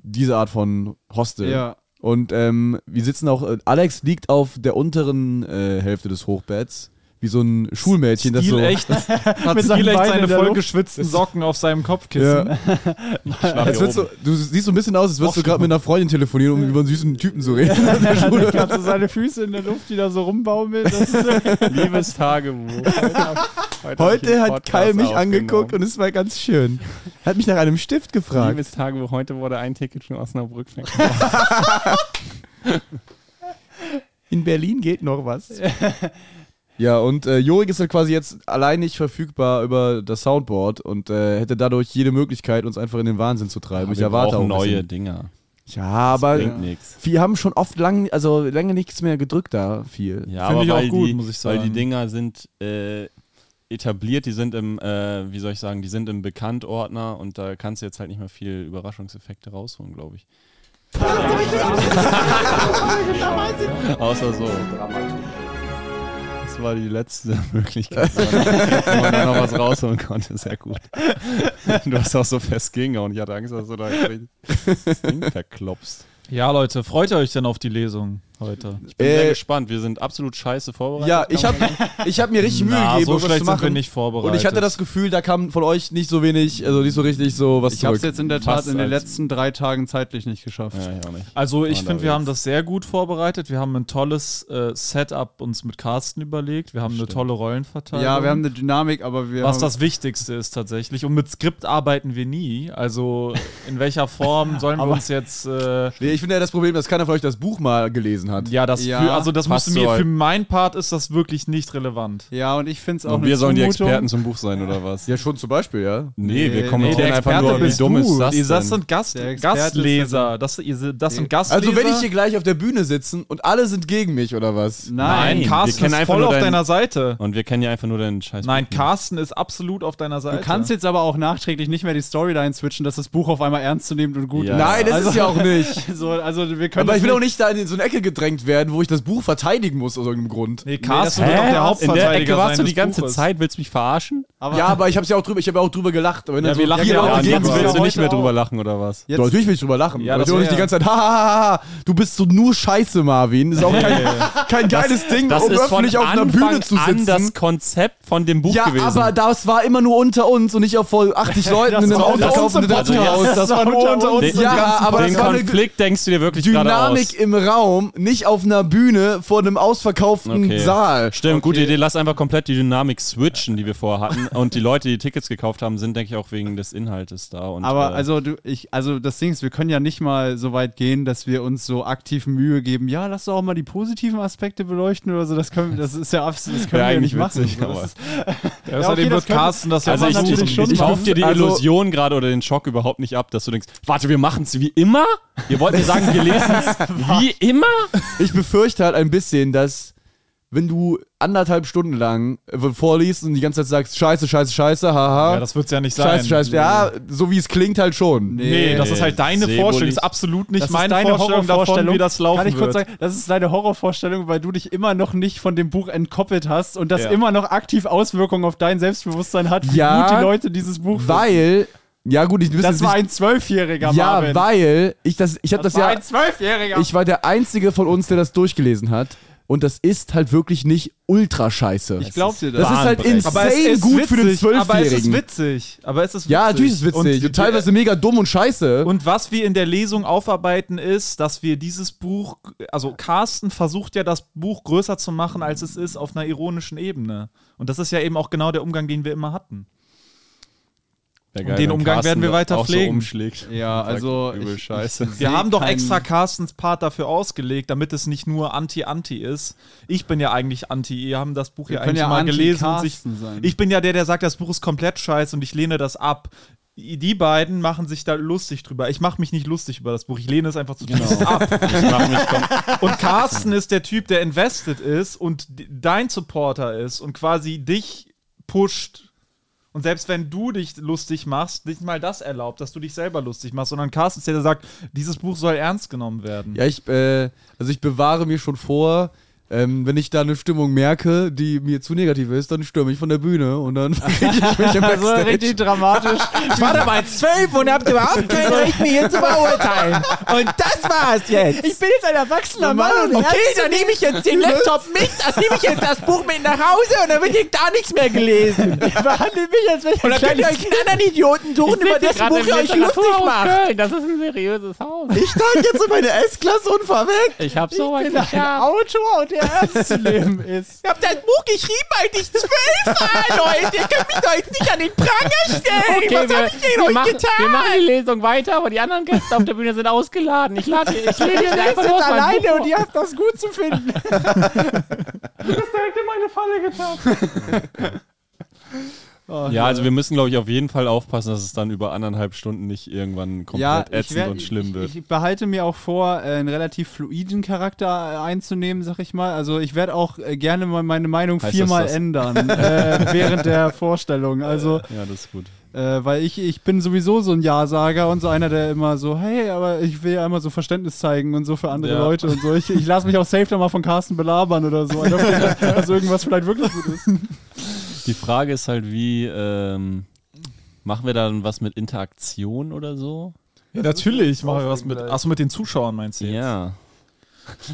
Diese Art von Hostel. ja. Und ähm, wir sitzen auch, äh, Alex liegt auf der unteren äh, Hälfte des Hochbetts, wie so ein Schulmädchen, das so. Stilecht hat Mit seinen Stilecht Beinen in seine der Luft. vollgeschwitzten Socken auf seinem Kopfkissen. Ja, Schlapp als hier würdest oben. du, du siehst so ein bisschen aus, als würdest du gerade mit einer Freundin telefonieren, um über einen süßen Typen zu reden. in der Schule. Hat so seine Füße in der Luft, die da so rumbaumeln. Das ist Liebes Tagebuch. Heute hat Kai mich angeguckt und es war ganz schön. Er hat mich nach einem Stift gefragt. Liebes Tagebuch, heute wurde ein Ticket für Osnabrück verkauft. In Berlin geht noch was. Ja, und äh, Jorik ist halt quasi jetzt allein nicht verfügbar über das Soundboard und äh, hätte dadurch jede Möglichkeit, uns einfach in den Wahnsinn zu treiben. ich Wir erwarte auch brauchen ein neue bisschen. Dinger. Ja, Also aber Bringt nichts. Wir haben schon oft lang, also lange nichts mehr gedrückt da viel. Finde Ja, aber ich auch weil, gut, die, muss ich weil die sagen. Dinger sind äh, etabliert, die sind im, äh, wie soll ich sagen, die sind im Bekanntordner und da kannst du jetzt halt nicht mehr viel Überraschungseffekte rausholen, glaube ich. Außer so. Das war die letzte Möglichkeit, wo man- wo man da noch was rausholen konnte. Sehr gut. Du hast auch so fest gegengehauen. Ich hatte Angst, dass du da das Ding verklopst. Ja. Leute, freut ihr euch denn auf die Lesung heute? Ich bin sehr Äh, gespannt. Wir sind absolut scheiße vorbereitet. Ja, ich habe ich hab mir richtig Mühe Na, gegeben, so um was schlecht zu sind wir machen. nicht vorbereitet. und ich hatte das Gefühl, da kam von euch nicht so wenig, also nicht so richtig so was Ich habe zurück. es jetzt in der Tat Fast in den als- letzten drei Tagen zeitlich nicht geschafft. Ja, ich auch nicht. also ich Oh, da finde, wir wird's. haben das sehr gut vorbereitet. Wir haben ein tolles äh, Setup uns mit Carsten überlegt. Wir haben eine tolle Rollenverteilung. Ja, wir haben eine Dynamik, aber wir was das Wichtigste ist tatsächlich. Und mit Skript arbeiten wir nie. Also in welcher Form sollen wir uns jetzt... Äh, nee, ich finde ja das Problem, dass keiner von euch das Buch mal gelesen hat. ja, das Ja, für, also das passt musst du mir, so. für meinen Part ist das wirklich nicht relevant. Ja, und ich finde es auch Und eine wir sollen die Zumutung. Experten zum Buch sein, oder was? Ja, schon zum Beispiel, ja. Nee, Nee, wir kommentieren der einfach Experte nur, wie bist dumm du. ist das denn? das sind Gast Der Experte Gastleser. Das, ihr se- das sind Gastleser. Also wenn ich hier gleich auf der Bühne sitzen und alle sind gegen mich, oder was? Nein, Nein. Nein, wir Carsten kennen ist einfach voll nur auf deinen- Hm. deiner Seite. Und wir kennen ja einfach nur deinen Scheiß. Nein, Buch. Carsten ist absolut auf deiner Seite. Du kannst jetzt aber auch nachträglich nicht mehr die Storyline switchen, dass das Buch auf einmal ernstzunehmend und gut Ja. Nein, ist. das ist ja auch nicht. Also, also wir können Aber das ich will auch nicht da in so eine Ecke gedrängt werden, wo ich das Buch verteidigen muss aus irgendeinem Grund. Nee, das Carsten wird wird doch doch der der In Hauptverteidiger der Ecke sein warst du des die ganze Buches. Zeit, willst du mich verschen? ja, aber ich habe ja auch drüber, ich habe ja auch drüber gelacht. Aber wenn dann so vier ja Leute auch, und die gegen jetzt gibt's mich ja willst du heute nicht mehr drüber auch. lachen oder was? Doch, Natürlich will ich drüber lachen. Ja, Ja, das das nicht wär- die ganze Zeit. Ha, ha, ha, ha, ha, du bist so nur Scheiße, Marvin. Ist auch kein, kein geiles Ding, um öffentlich auf einer Bühne zu an das sitzen. Konzept von dem Buch Ja, gewesen. aber das war immer nur unter uns und nicht auch vor 80 Leuten in einem war unter uns ausverkauften im Podcast. Podcast. Das war nur unter uns. Den- Ja, aber den das war eine Konflikt denkst du dir wirklich gerade aus. Dynamik im Raum, nicht auf einer Bühne vor einem ausverkauften Okay. Saal. Stimmt, gute Idee. Lass einfach komplett die Dynamik switchen, die wir vorher hatten. Und die Leute, die Tickets gekauft haben, sind, denke ich, auch wegen des Inhaltes da. Und, Aber äh, also du, ich, also das Ding ist, wir können ja nicht mal so weit gehen, dass wir uns so aktiv Mühe geben. Ja, lass doch auch mal die positiven Aspekte beleuchten oder so. Das können, das ist ja absolut, das können wir ja eigentlich nicht machen. witzig, so, das aber- ist, Ja, Außerdem okay, das wird könnte- Carsten das ja Also kann ich, man ich, natürlich ich, schon ich machen. kauf dir die Also- Illusion gerade oder den Schock überhaupt nicht ab, dass du denkst, warte, wir machen es wie immer? Ihr wollt mir sagen, wir lesen es wie immer? Ich befürchte halt ein bisschen, dass wenn du anderthalb Stunden lang äh, vorliest und die ganze Zeit sagst, scheiße, scheiße, scheiße, haha, Ja, das wird's ja nicht sein. scheiße, scheiße, ja, so wie es klingt halt schon. Nee, das Nee. ist halt deine Sebo Vorstellung. Das nicht. ist absolut nicht das ist meine deine Vorstellung davon, Horrorvorstellung. wie das laufen Kann ich wird. kurz sagen, das ist deine Horrorvorstellung, weil du dich immer noch nicht von dem Buch entkoppelt hast und das Ja. immer noch aktiv Auswirkungen auf dein Selbstbewusstsein hat, wie Ja, gut die Leute dieses Buch finden. Weil, ja gut, ich wüsste Das jetzt war nicht, ein Zwölfjähriger, ja, Marvin. weil ich das, ich habe das, das war ja, ein Zwölfjähriger. ich war der einzige von uns, der das durchgelesen hat und das ist halt wirklich nicht ultra scheiße. Ich glaub dir das. das ist halt Bahnbrechend. insane gut für den Aber es ist Zwölfjährigen. witzig. Aber es ist witzig. Ja, natürlich ist es witzig und, Und, teilweise mega dumm und scheiße. und was wir in der Lesung aufarbeiten, ist, dass wir dieses Buch, also Carsten versucht ja, das Buch größer zu machen, als es ist, auf einer ironischen Ebene. Und das ist ja eben auch genau der Umgang, den wir immer hatten. Ja, Und den wenn Umgang werden wir weiter auch pflegen. So umschlägt. Ja, Sagt, also übel ich- scheiße. Wir sehe haben doch keinen- extra Carstens Part dafür ausgelegt, damit es nicht nur Anti-Anti ist. Ich bin ja eigentlich Anti. Ihr haben das Buch ja können eigentlich ja mal gelesen. Und sich, Anti-Carsten sein. ich bin ja der, der sagt, das Buch ist komplett scheiße und ich lehne das ab. Die beiden machen sich da lustig drüber. Ich mache mich nicht lustig über das Buch. Ich lehne es einfach Genau. zutiefst ab. Ich mach mich kom- Und Carsten ist der Typ, der invested ist und d- dein Supporter ist und quasi dich pusht. Und selbst wenn du dich lustig machst, nicht mal das erlaubt, dass du dich selber lustig machst, sondern Carsten ist der, der sagt, dieses Buch soll ernst genommen werden. Ja, ich, äh, also ich bewahre mir schon vor, ähm, wenn ich da eine Stimmung merke, die mir zu negativ ist, dann stürme ich von der Bühne und dann kriege ich mich am also richtig dramatisch. Ich war dabei zwölf und habt überhaupt keine Recht, mich hier zu beurteilen. Und das war's jetzt. Ich bin jetzt ein erwachsener Mann und okay, dann nehme ich jetzt Ne? den Laptop mit, dann nehme ich jetzt das Buch mit nach Hause und dann wird hier gar nichts mehr gelesen. Behandelt mich, als wäre ich ein Dann könnt ihr euch einen anderen Idioten suchen, über dessen Buch ihr euch lustig macht. Köln. Das ist ein seriöses Haus. Ich steige jetzt in meine S-Klasse und fahr weg. Ich habe so weit ein geschafft. Autor und der ernst zu nehmen ist. Ich hab das Buch geschrieben, als ich zwölf war, Leute. Ihr könnt mich doch jetzt nicht an den Pranger stellen. Okay, wir, wir, machen, wir machen die Lesung weiter, aber die anderen Gäste auf der Bühne sind ausgeladen. Ich lade ich lade jetzt einfach los, mein Buch alleine und vor. ihr habt das gut zu finden. ja, also wir müssen, glaube ich, auf jeden Fall aufpassen, dass es dann über anderthalb Stunden nicht irgendwann komplett ätzend werd- und schlimm wird. Ich, ich behalte mir auch vor, äh, einen relativ fluiden Charakter äh, einzunehmen, sag ich mal. Also ich werde auch äh, gerne mal meine Meinung Heißt viermal das das? ändern äh, während der Vorstellung. Also ja, das ist gut. Äh, weil ich, ich bin sowieso so ein Ja-Sager und so einer, der immer so, hey, aber ich will ja immer so Verständnis zeigen und so für andere Ja. Leute und so. Ich, ich lasse mich auch safe dann mal von Carsten belabern oder so. Alter, vielleicht, dass irgendwas vielleicht wirklich gut ist. Die Frage ist halt, wie ähm, machen wir dann was mit Interaktion oder so? Ja, natürlich machen wir was mit. Achso, mit den Zuschauern meinst du? jetzt? Ja.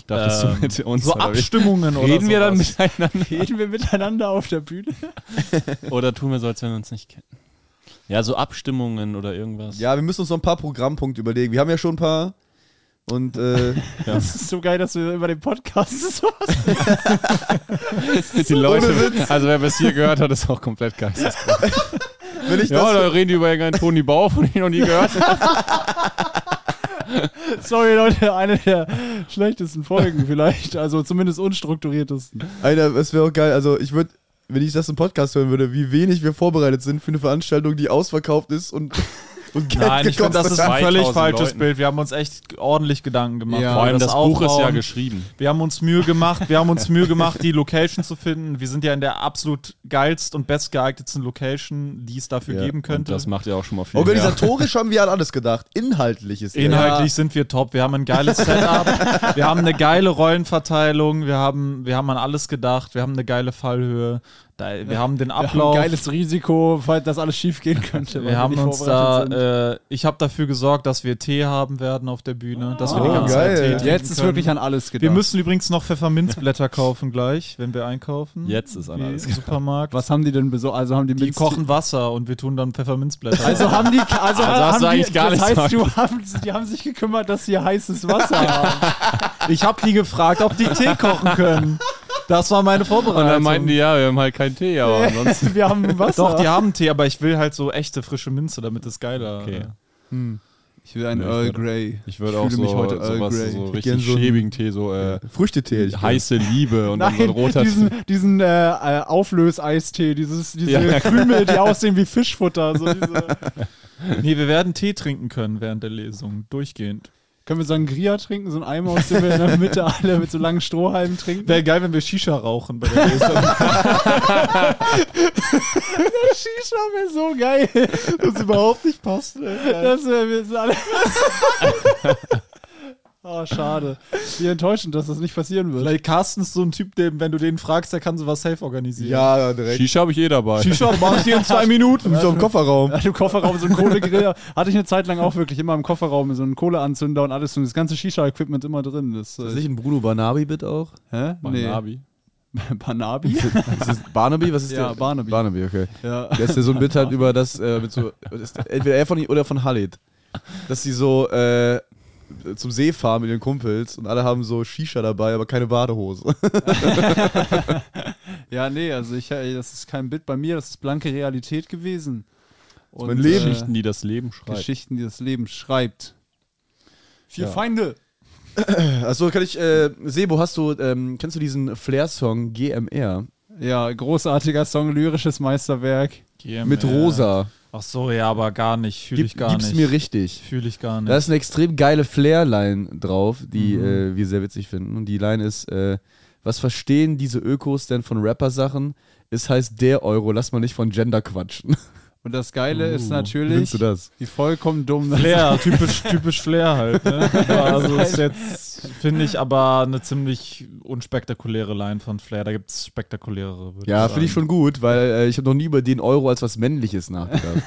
Da bist Ähm, du mit uns. So oder wie? Abstimmungen oder Reden wir dann sowas. miteinander Reden wir miteinander auf der Bühne? oder tun wir so, als wenn wir uns nicht kennen? Ja, so Abstimmungen oder irgendwas. Ja, wir müssen uns noch ein paar Programmpunkte überlegen. Wir haben ja schon ein paar. Und äh, Das ist so geil, dass wir über den Podcast so die Leute, also wer bis hier gehört hat, ist auch komplett geisteskrank. wenn ich Ja, das da reden die über irgendeinen Toni Bauer, von dem ich noch nie gehört habe. Sorry, Leute, eine der schlechtesten Folgen vielleicht. Also zumindest unstrukturiertesten. Alter, das wäre auch geil. Also ich würde, wenn ich das im Podcast hören würde, wie wenig wir vorbereitet sind für eine Veranstaltung, die ausverkauft ist und und Geld Nein, ich finde, das ist gekostet ein hat. völlig 2000 falsches Leuten. Bild. Wir haben uns echt ordentlich Gedanken gemacht. Ja. Wir Vor allem haben das, Buch ist ja aufbauen. geschrieben. Wir haben uns Mühe gemacht, wir haben uns Mühe gemacht, die Location zu finden. Wir sind ja in der absolut geilst und bestgeeignetsten Location, die es dafür Ja, geben Und könnte. das macht ja auch schon mal viel. Organisatorisch haben wir an alles gedacht. Inhaltlich ist der- Inhaltlich sind wir top. Wir haben ein geiles Setup. wir haben eine geile Rollenverteilung. Wir haben, wir haben an alles gedacht. Wir haben eine geile Fallhöhe. Da, wir haben den Ablauf. Ein geiles Risiko, falls das alles schief gehen könnte. weil wir haben nicht uns vorbereitet sind. da, äh, ich habe dafür gesorgt, dass wir Tee haben werden auf der Bühne, dass wir die Oh, ganze geil. Zeit Tee Jetzt ist trinken wirklich können. an alles gedacht. Wir müssen übrigens noch Pfefferminzblätter kaufen gleich, wenn wir einkaufen. Jetzt ist an Wie alles Im Supermarkt. Was haben die denn so? Also haben die, Die Minz- kochen Wasser und wir tun dann Pfefferminzblätter. Also haben die. Also, hast du haben die, eigentlich gar das nichts heißt, du haben, die haben sich gekümmert, dass sie heißes Wasser haben. ich habe die gefragt, ob die Tee kochen können. Das war meine Vorbereitung. Und dann meinten die, ja, wir haben halt keinen Tee, aber ansonsten. Wir haben Wasser. Doch, die haben Tee, aber ich will halt so echte frische Minze, damit es geiler. Okay. Ich will einen Ja, ich Earl würde- Grey. Ich würde Ich auch fühle so, mich heute Earl sowas, Grey. Ich so hätte richtig gern so einen- schäbigen Tee, so äh, Früchtetee. hätte ich gerne. heiße Liebe und dann so ein Nein, roter diesen, diesen äh, äh, Auflöseistee, dieses, diese Ja. Krümel, die aussehen wie Fischfutter. So diese. Nee, wir werden Tee trinken können während der Lesung. Durchgehend. Können wir so einen Gria trinken, so einen Eimer, aus dem wir in der Mitte alle mit so langen Strohhalmen trinken? Wäre geil, wenn wir Shisha rauchen bei der Lesung. Shisha wäre so geil. Das überhaupt nicht passt. Das wäre wir sind alle. Oh, schade. Wie enttäuschend, dass das nicht passieren wird. Weil Carsten ist so ein Typ, dem, wenn du den fragst, der kann sowas safe organisieren. Ja, direkt. Shisha habe ich eh dabei. Shisha macht hier in zwei Minuten. So im Kofferraum. Hatte im Kofferraum so einen Kohlegrill. Hatte ich eine Zeit lang auch wirklich immer im Kofferraum so einen Kohleanzünder und alles und das ganze Shisha-Equipment immer drin. Das, Ist äh, das nicht ein Bruno Barnaby-Bit auch? hä? Nee. Barnaby. Banabi? Ist das Barnaby? Was ist Ja, der? Barnaby. Barnaby, okay. ja. Das ist ja so ein Bit halt über das, äh, mit so, das ist entweder er von ihm oder von Halid. Dass sie so äh, zum See fahren mit ihren Kumpels und alle haben so Shisha dabei, aber keine Badehose. ja, nee, also ich, äh, das ist kein Bit bei mir, das ist blanke Realität gewesen. Und, mein Leben. Geschichten, die das Leben Äh, schreibt. Geschichten, die das Leben schreibt. Vier Ja. Feinde. Achso, kann ich, äh, Sebo, hast du, ähm, kennst du diesen Flair-Song GMR? Ja, großartiger Song, lyrisches Meisterwerk. Mit Rosa. Ach so, ja, aber gar nicht. Fühle Gib, ich gar gib's nicht. mir richtig. Fühle ich gar nicht. Da ist eine extrem geile Flair-Line drauf, die Mhm. äh, wir sehr witzig finden. Und die Line ist, äh, was verstehen diese Ökos denn von Rapper-Sachen? Es heißt der Euro, lass mal nicht von Gender quatschen. Und das Geile ist Wie findest natürlich, du das? wie vollkommen dumm das Flair, typisch, typisch Flair halt. Ne? Aber Also ist jetzt, finde ich, aber eine ziemlich unspektakuläre Line von Flair. Da gibt es spektakulärere. würd Ja, finde ich sagen. schon gut, weil äh, ich habe noch nie über den Euro als was Männliches nachgedacht.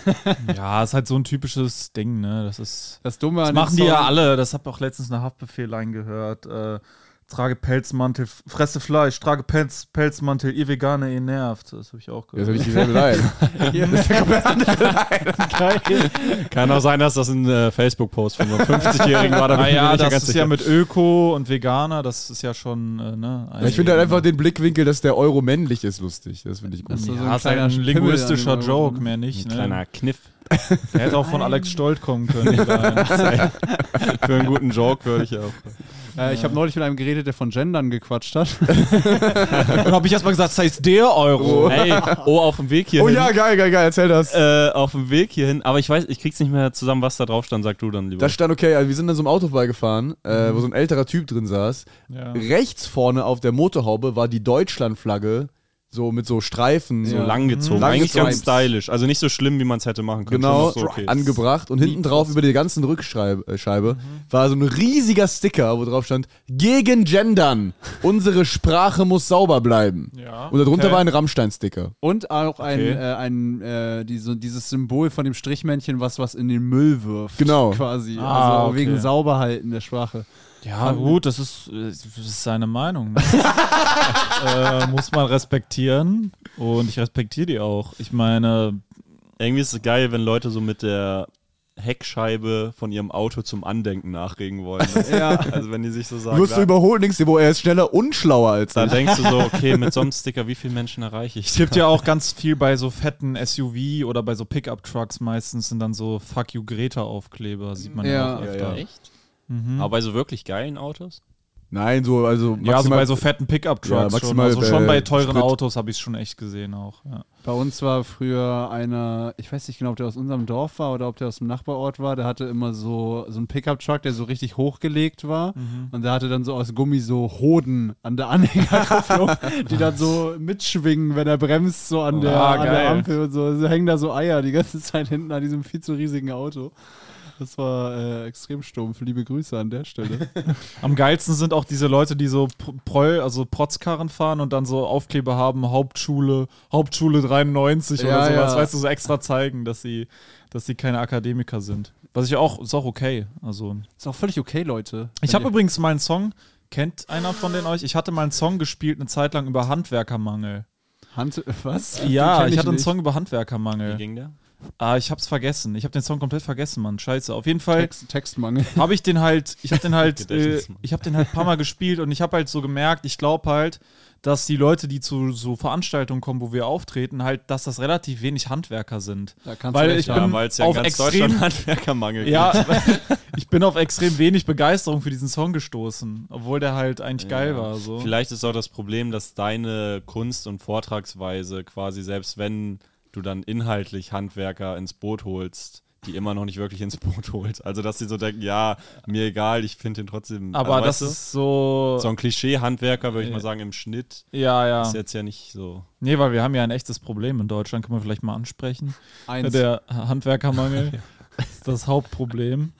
Ja, ist halt so ein typisches Ding, ne? Das ist. Das Dumme Das an machen dem die Song, ja alle. Das habe auch letztens eine Haftbefehl-Line gehört. Äh, trage Pelzmantel, f- fresse Fleisch, trage Pelz, Pelzmantel, ihr Veganer, ihr nervt. Das habe ich auch gehört. Jetzt habe ich dieselbe Line. Kann auch sein, dass das ein äh, Facebook-Post von so einem 50-Jährigen war. Da bin ich mir naja, nicht das ganz ist sicher. Ah ja mit Öko und Veganer, das ist ja schon, äh, ne? Also ich finde halt einfach den Blickwinkel, dass der Euro männlich ist, lustig. Das finde ich gut. Das ist so Ja, ein ist halt kleiner ein Pimmel an linguistischer dem Euro. Joke, mehr nicht. ein Ne? kleiner Kniff. Der hätte auch von Alex Stolt kommen können. die Line. Für einen guten Joke würde ich auch. Äh, ich habe neulich mit einem geredet, der von Gendern gequatscht hat. und habe ich erstmal gesagt, das heißt der Euro. Ey, oh, auf dem Weg hier. Oh ja, geil, geil, geil, erzähl das. Äh, auf dem Weg hierhin, aber ich weiß, ich krieg's nicht mehr zusammen, was da drauf stand, sag du dann lieber. Da stand, okay, also wir sind an so einem Auto vorbeigefahren, äh, wo so ein älterer Typ drin saß. Ja. Rechts vorne auf der Motorhaube war die Deutschlandflagge, so mit so Streifen. so Ja. langgezogen. Mhm. Eigentlich ganz Langgezogen. stylisch. Also nicht so schlimm, wie man es hätte machen können. Genau, Schon noch so okay. angebracht. Und hinten drauf über die ganzen Rückscheibe äh, Scheibe war so ein riesiger Sticker, wo drauf stand, gegen Gendern. Unsere Sprache muss sauber bleiben. Ja. Und darunter Okay. war ein Rammstein-Sticker. Und auch ein, Okay. äh, ein äh, die, so, dieses Symbol von dem Strichmännchen, was was in den Müll wirft. Genau. Quasi. Ah, also okay. wegen Sauberhalten der Sprache. Ja, gut, das ist, äh, das ist seine Meinung. ne? äh, muss man respektieren. Und ich respektiere die auch. Ich meine, Irgendwie ist es geil, wenn Leute so mit der Heckscheibe von ihrem Auto zum Andenken nachregen wollen. Ja. Also wenn die sich so sagen, Wirst du da, überholt, denkst dir, wo er ist schneller und schlauer als da ich. denkst du so, okay, mit so einem Sticker, wie viele Menschen erreiche ich? es gibt ja auch ganz viel bei so fetten SUV oder bei so Pickup-Trucks meistens sind dann so Fuck you Greta-Aufkleber, sieht man ja, Ja. auch Ja, öfter. Echt? Aber bei so wirklich geilen Autos? Nein, so, also Ja, so maximal- bei so fetten Ja, Pickup-Trucks schon. maximal, Also schon äh, bei teuren Sprit. Autos habe ich es schon echt gesehen auch. Ja. Bei uns war früher einer, ich weiß nicht genau, ob der aus unserem Dorf war oder ob der aus dem Nachbarort war, der hatte immer so, so einen Pickup-Truck, der so richtig hochgelegt war Mhm. und der hatte dann so aus Gummi so Hoden an der Anhängerkupplung, die dann so mitschwingen, wenn er bremst, so an der, Ah, an der geil. Ampel und so. Da hängen da so Eier die ganze Zeit hinten an diesem viel zu riesigen Auto. Das war äh, extrem stumpf. Liebe Grüße an der Stelle. Am geilsten sind auch diese Leute, die so P- Proll, also Protzkarren fahren und dann so Aufkleber haben, Hauptschule, Hauptschule 93 oder Ja, sowas, ja. weißt du, so extra zeigen, dass sie, dass sie keine Akademiker sind. Was ich auch, ist auch okay. Also, Ist auch völlig okay, Leute. ich habe übrigens mal einen Song, kennt einer von den euch? Ich hatte mal einen Song gespielt, eine Zeit lang über Handwerkermangel. Hand, was? Den Ja, kenn ich hatte einen nicht. Song über Handwerkermangel. ging der? Ah, ich hab's vergessen. Ich hab den Song komplett vergessen, Mann. Scheiße. Auf jeden Fall Text, Textmangel. habe ich den halt, ich habe den halt, äh, Gedächtnismann. ich habe den halt ein paar Mal gespielt und ich habe halt so gemerkt, ich glaube halt, dass die Leute, die zu so Veranstaltungen kommen, wo wir auftreten, halt, dass das relativ wenig Handwerker sind. Da kannst du Weil recht ich haben. bin Weil es ja in Ähm, auf ganz extrem, Deutschland Handwerkermangel ja, ich bin auf extrem wenig Begeisterung für diesen Song gestoßen, obwohl der halt eigentlich geil war. So. Vielleicht ist auch das Problem, dass deine Kunst und Vortragsweise quasi, selbst wenn du dann inhaltlich Handwerker ins Boot holst, die immer noch nicht wirklich ins Boot holt. Also, dass sie so denken, ja, mir egal, ich finde den trotzdem. Aber also, das weißt du, ist so, so ein Klischee-Handwerker, würde ich Ja. mal sagen, im Schnitt ja, ja. ist jetzt ja nicht so. Nee, weil wir haben ja ein echtes Problem in Deutschland, können wir vielleicht mal ansprechen. Eins. Der Handwerkermangel ist das Hauptproblem.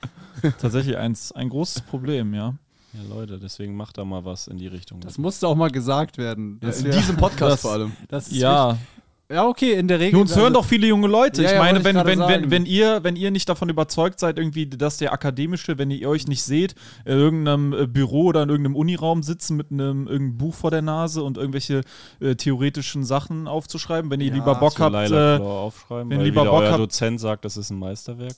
Tatsächlich eins, ein großes Problem, ja. Ja, Leute, deswegen macht da mal was in die Richtung. Das musste auch mal gesagt werden. Ja, in Ja, diesem Podcast Das- vor allem. das ist Ja. wichtig. ja, okay, in der Regel. Nun, uns hören doch viele junge Leute. Also Ja, ich ja, meine, wollte wenn, ich wenn, gerade wenn, sagen. wenn, ihr, wenn ihr nicht davon überzeugt seid, irgendwie, dass der akademische, wenn ihr euch nicht seht, in irgendeinem äh, Büro oder in irgendeinem Uniraum sitzen mit einem irgendeinem Buch vor der Nase und irgendwelche äh, theoretischen Sachen aufzuschreiben, wenn ihr lieber Bock habt, äh, aufschreiben, wenn weil lieber wieder Bock euer habt- Dozent sagt, das ist ein Meisterwerk.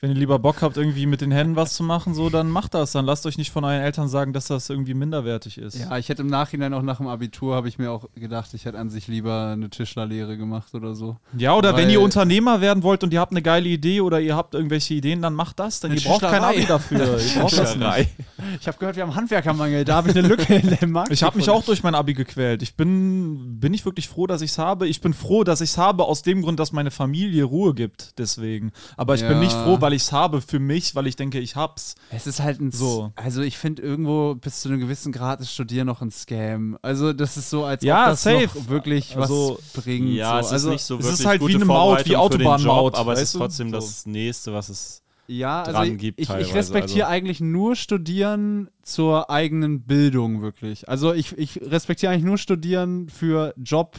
wenn ihr lieber Bock habt, irgendwie mit den Händen was zu machen, so, dann macht das. Dann lasst euch nicht von euren Eltern sagen, dass das irgendwie minderwertig ist. Ja, ich hätte im Nachhinein auch nach dem Abitur, habe ich mir auch gedacht, ich hätte an sich lieber eine Tischlerlehre gemacht oder so. Ja, oder wenn Weil- ihr Unternehmer werden wollt und ihr habt eine geile Idee oder ihr habt irgendwelche Ideen, dann macht das. Denn ihr braucht kein Tischlerei. Abi dafür. Ihr braucht das nicht. Ich habe gehört, wir haben Handwerkermangel, da habe ich eine Lücke in dem Markt. Ich habe mich auch gefunden. durch mein Abi gequält. Ich bin, bin ich wirklich froh, dass ich es habe. Ich bin froh, dass ich es habe, aus dem Grund, dass meine Familie Ruhe gibt. Deswegen. Aber ich bin Ja. nicht froh, weil ich es habe für mich, weil ich denke, ich hab's. Es ist halt ein So. so. Also ich finde irgendwo bis zu einem gewissen Grad ist Studieren noch ein Scam. Also das ist so, als Ja, ob das safe. noch wirklich Also, was bringt. Ja, so. es ist also, nicht so es ist wirklich halt wie gute eine Maut, wie Vorbereitung für den Autobahnmaut, Job, aber es weißt ist du? trotzdem So. das Nächste, was es Ja, also dran ich, gibt ich, ich teilweise, respektiere also. eigentlich nur Studieren zur eigenen Bildung wirklich. Also ich, ich respektiere eigentlich nur Studieren für Job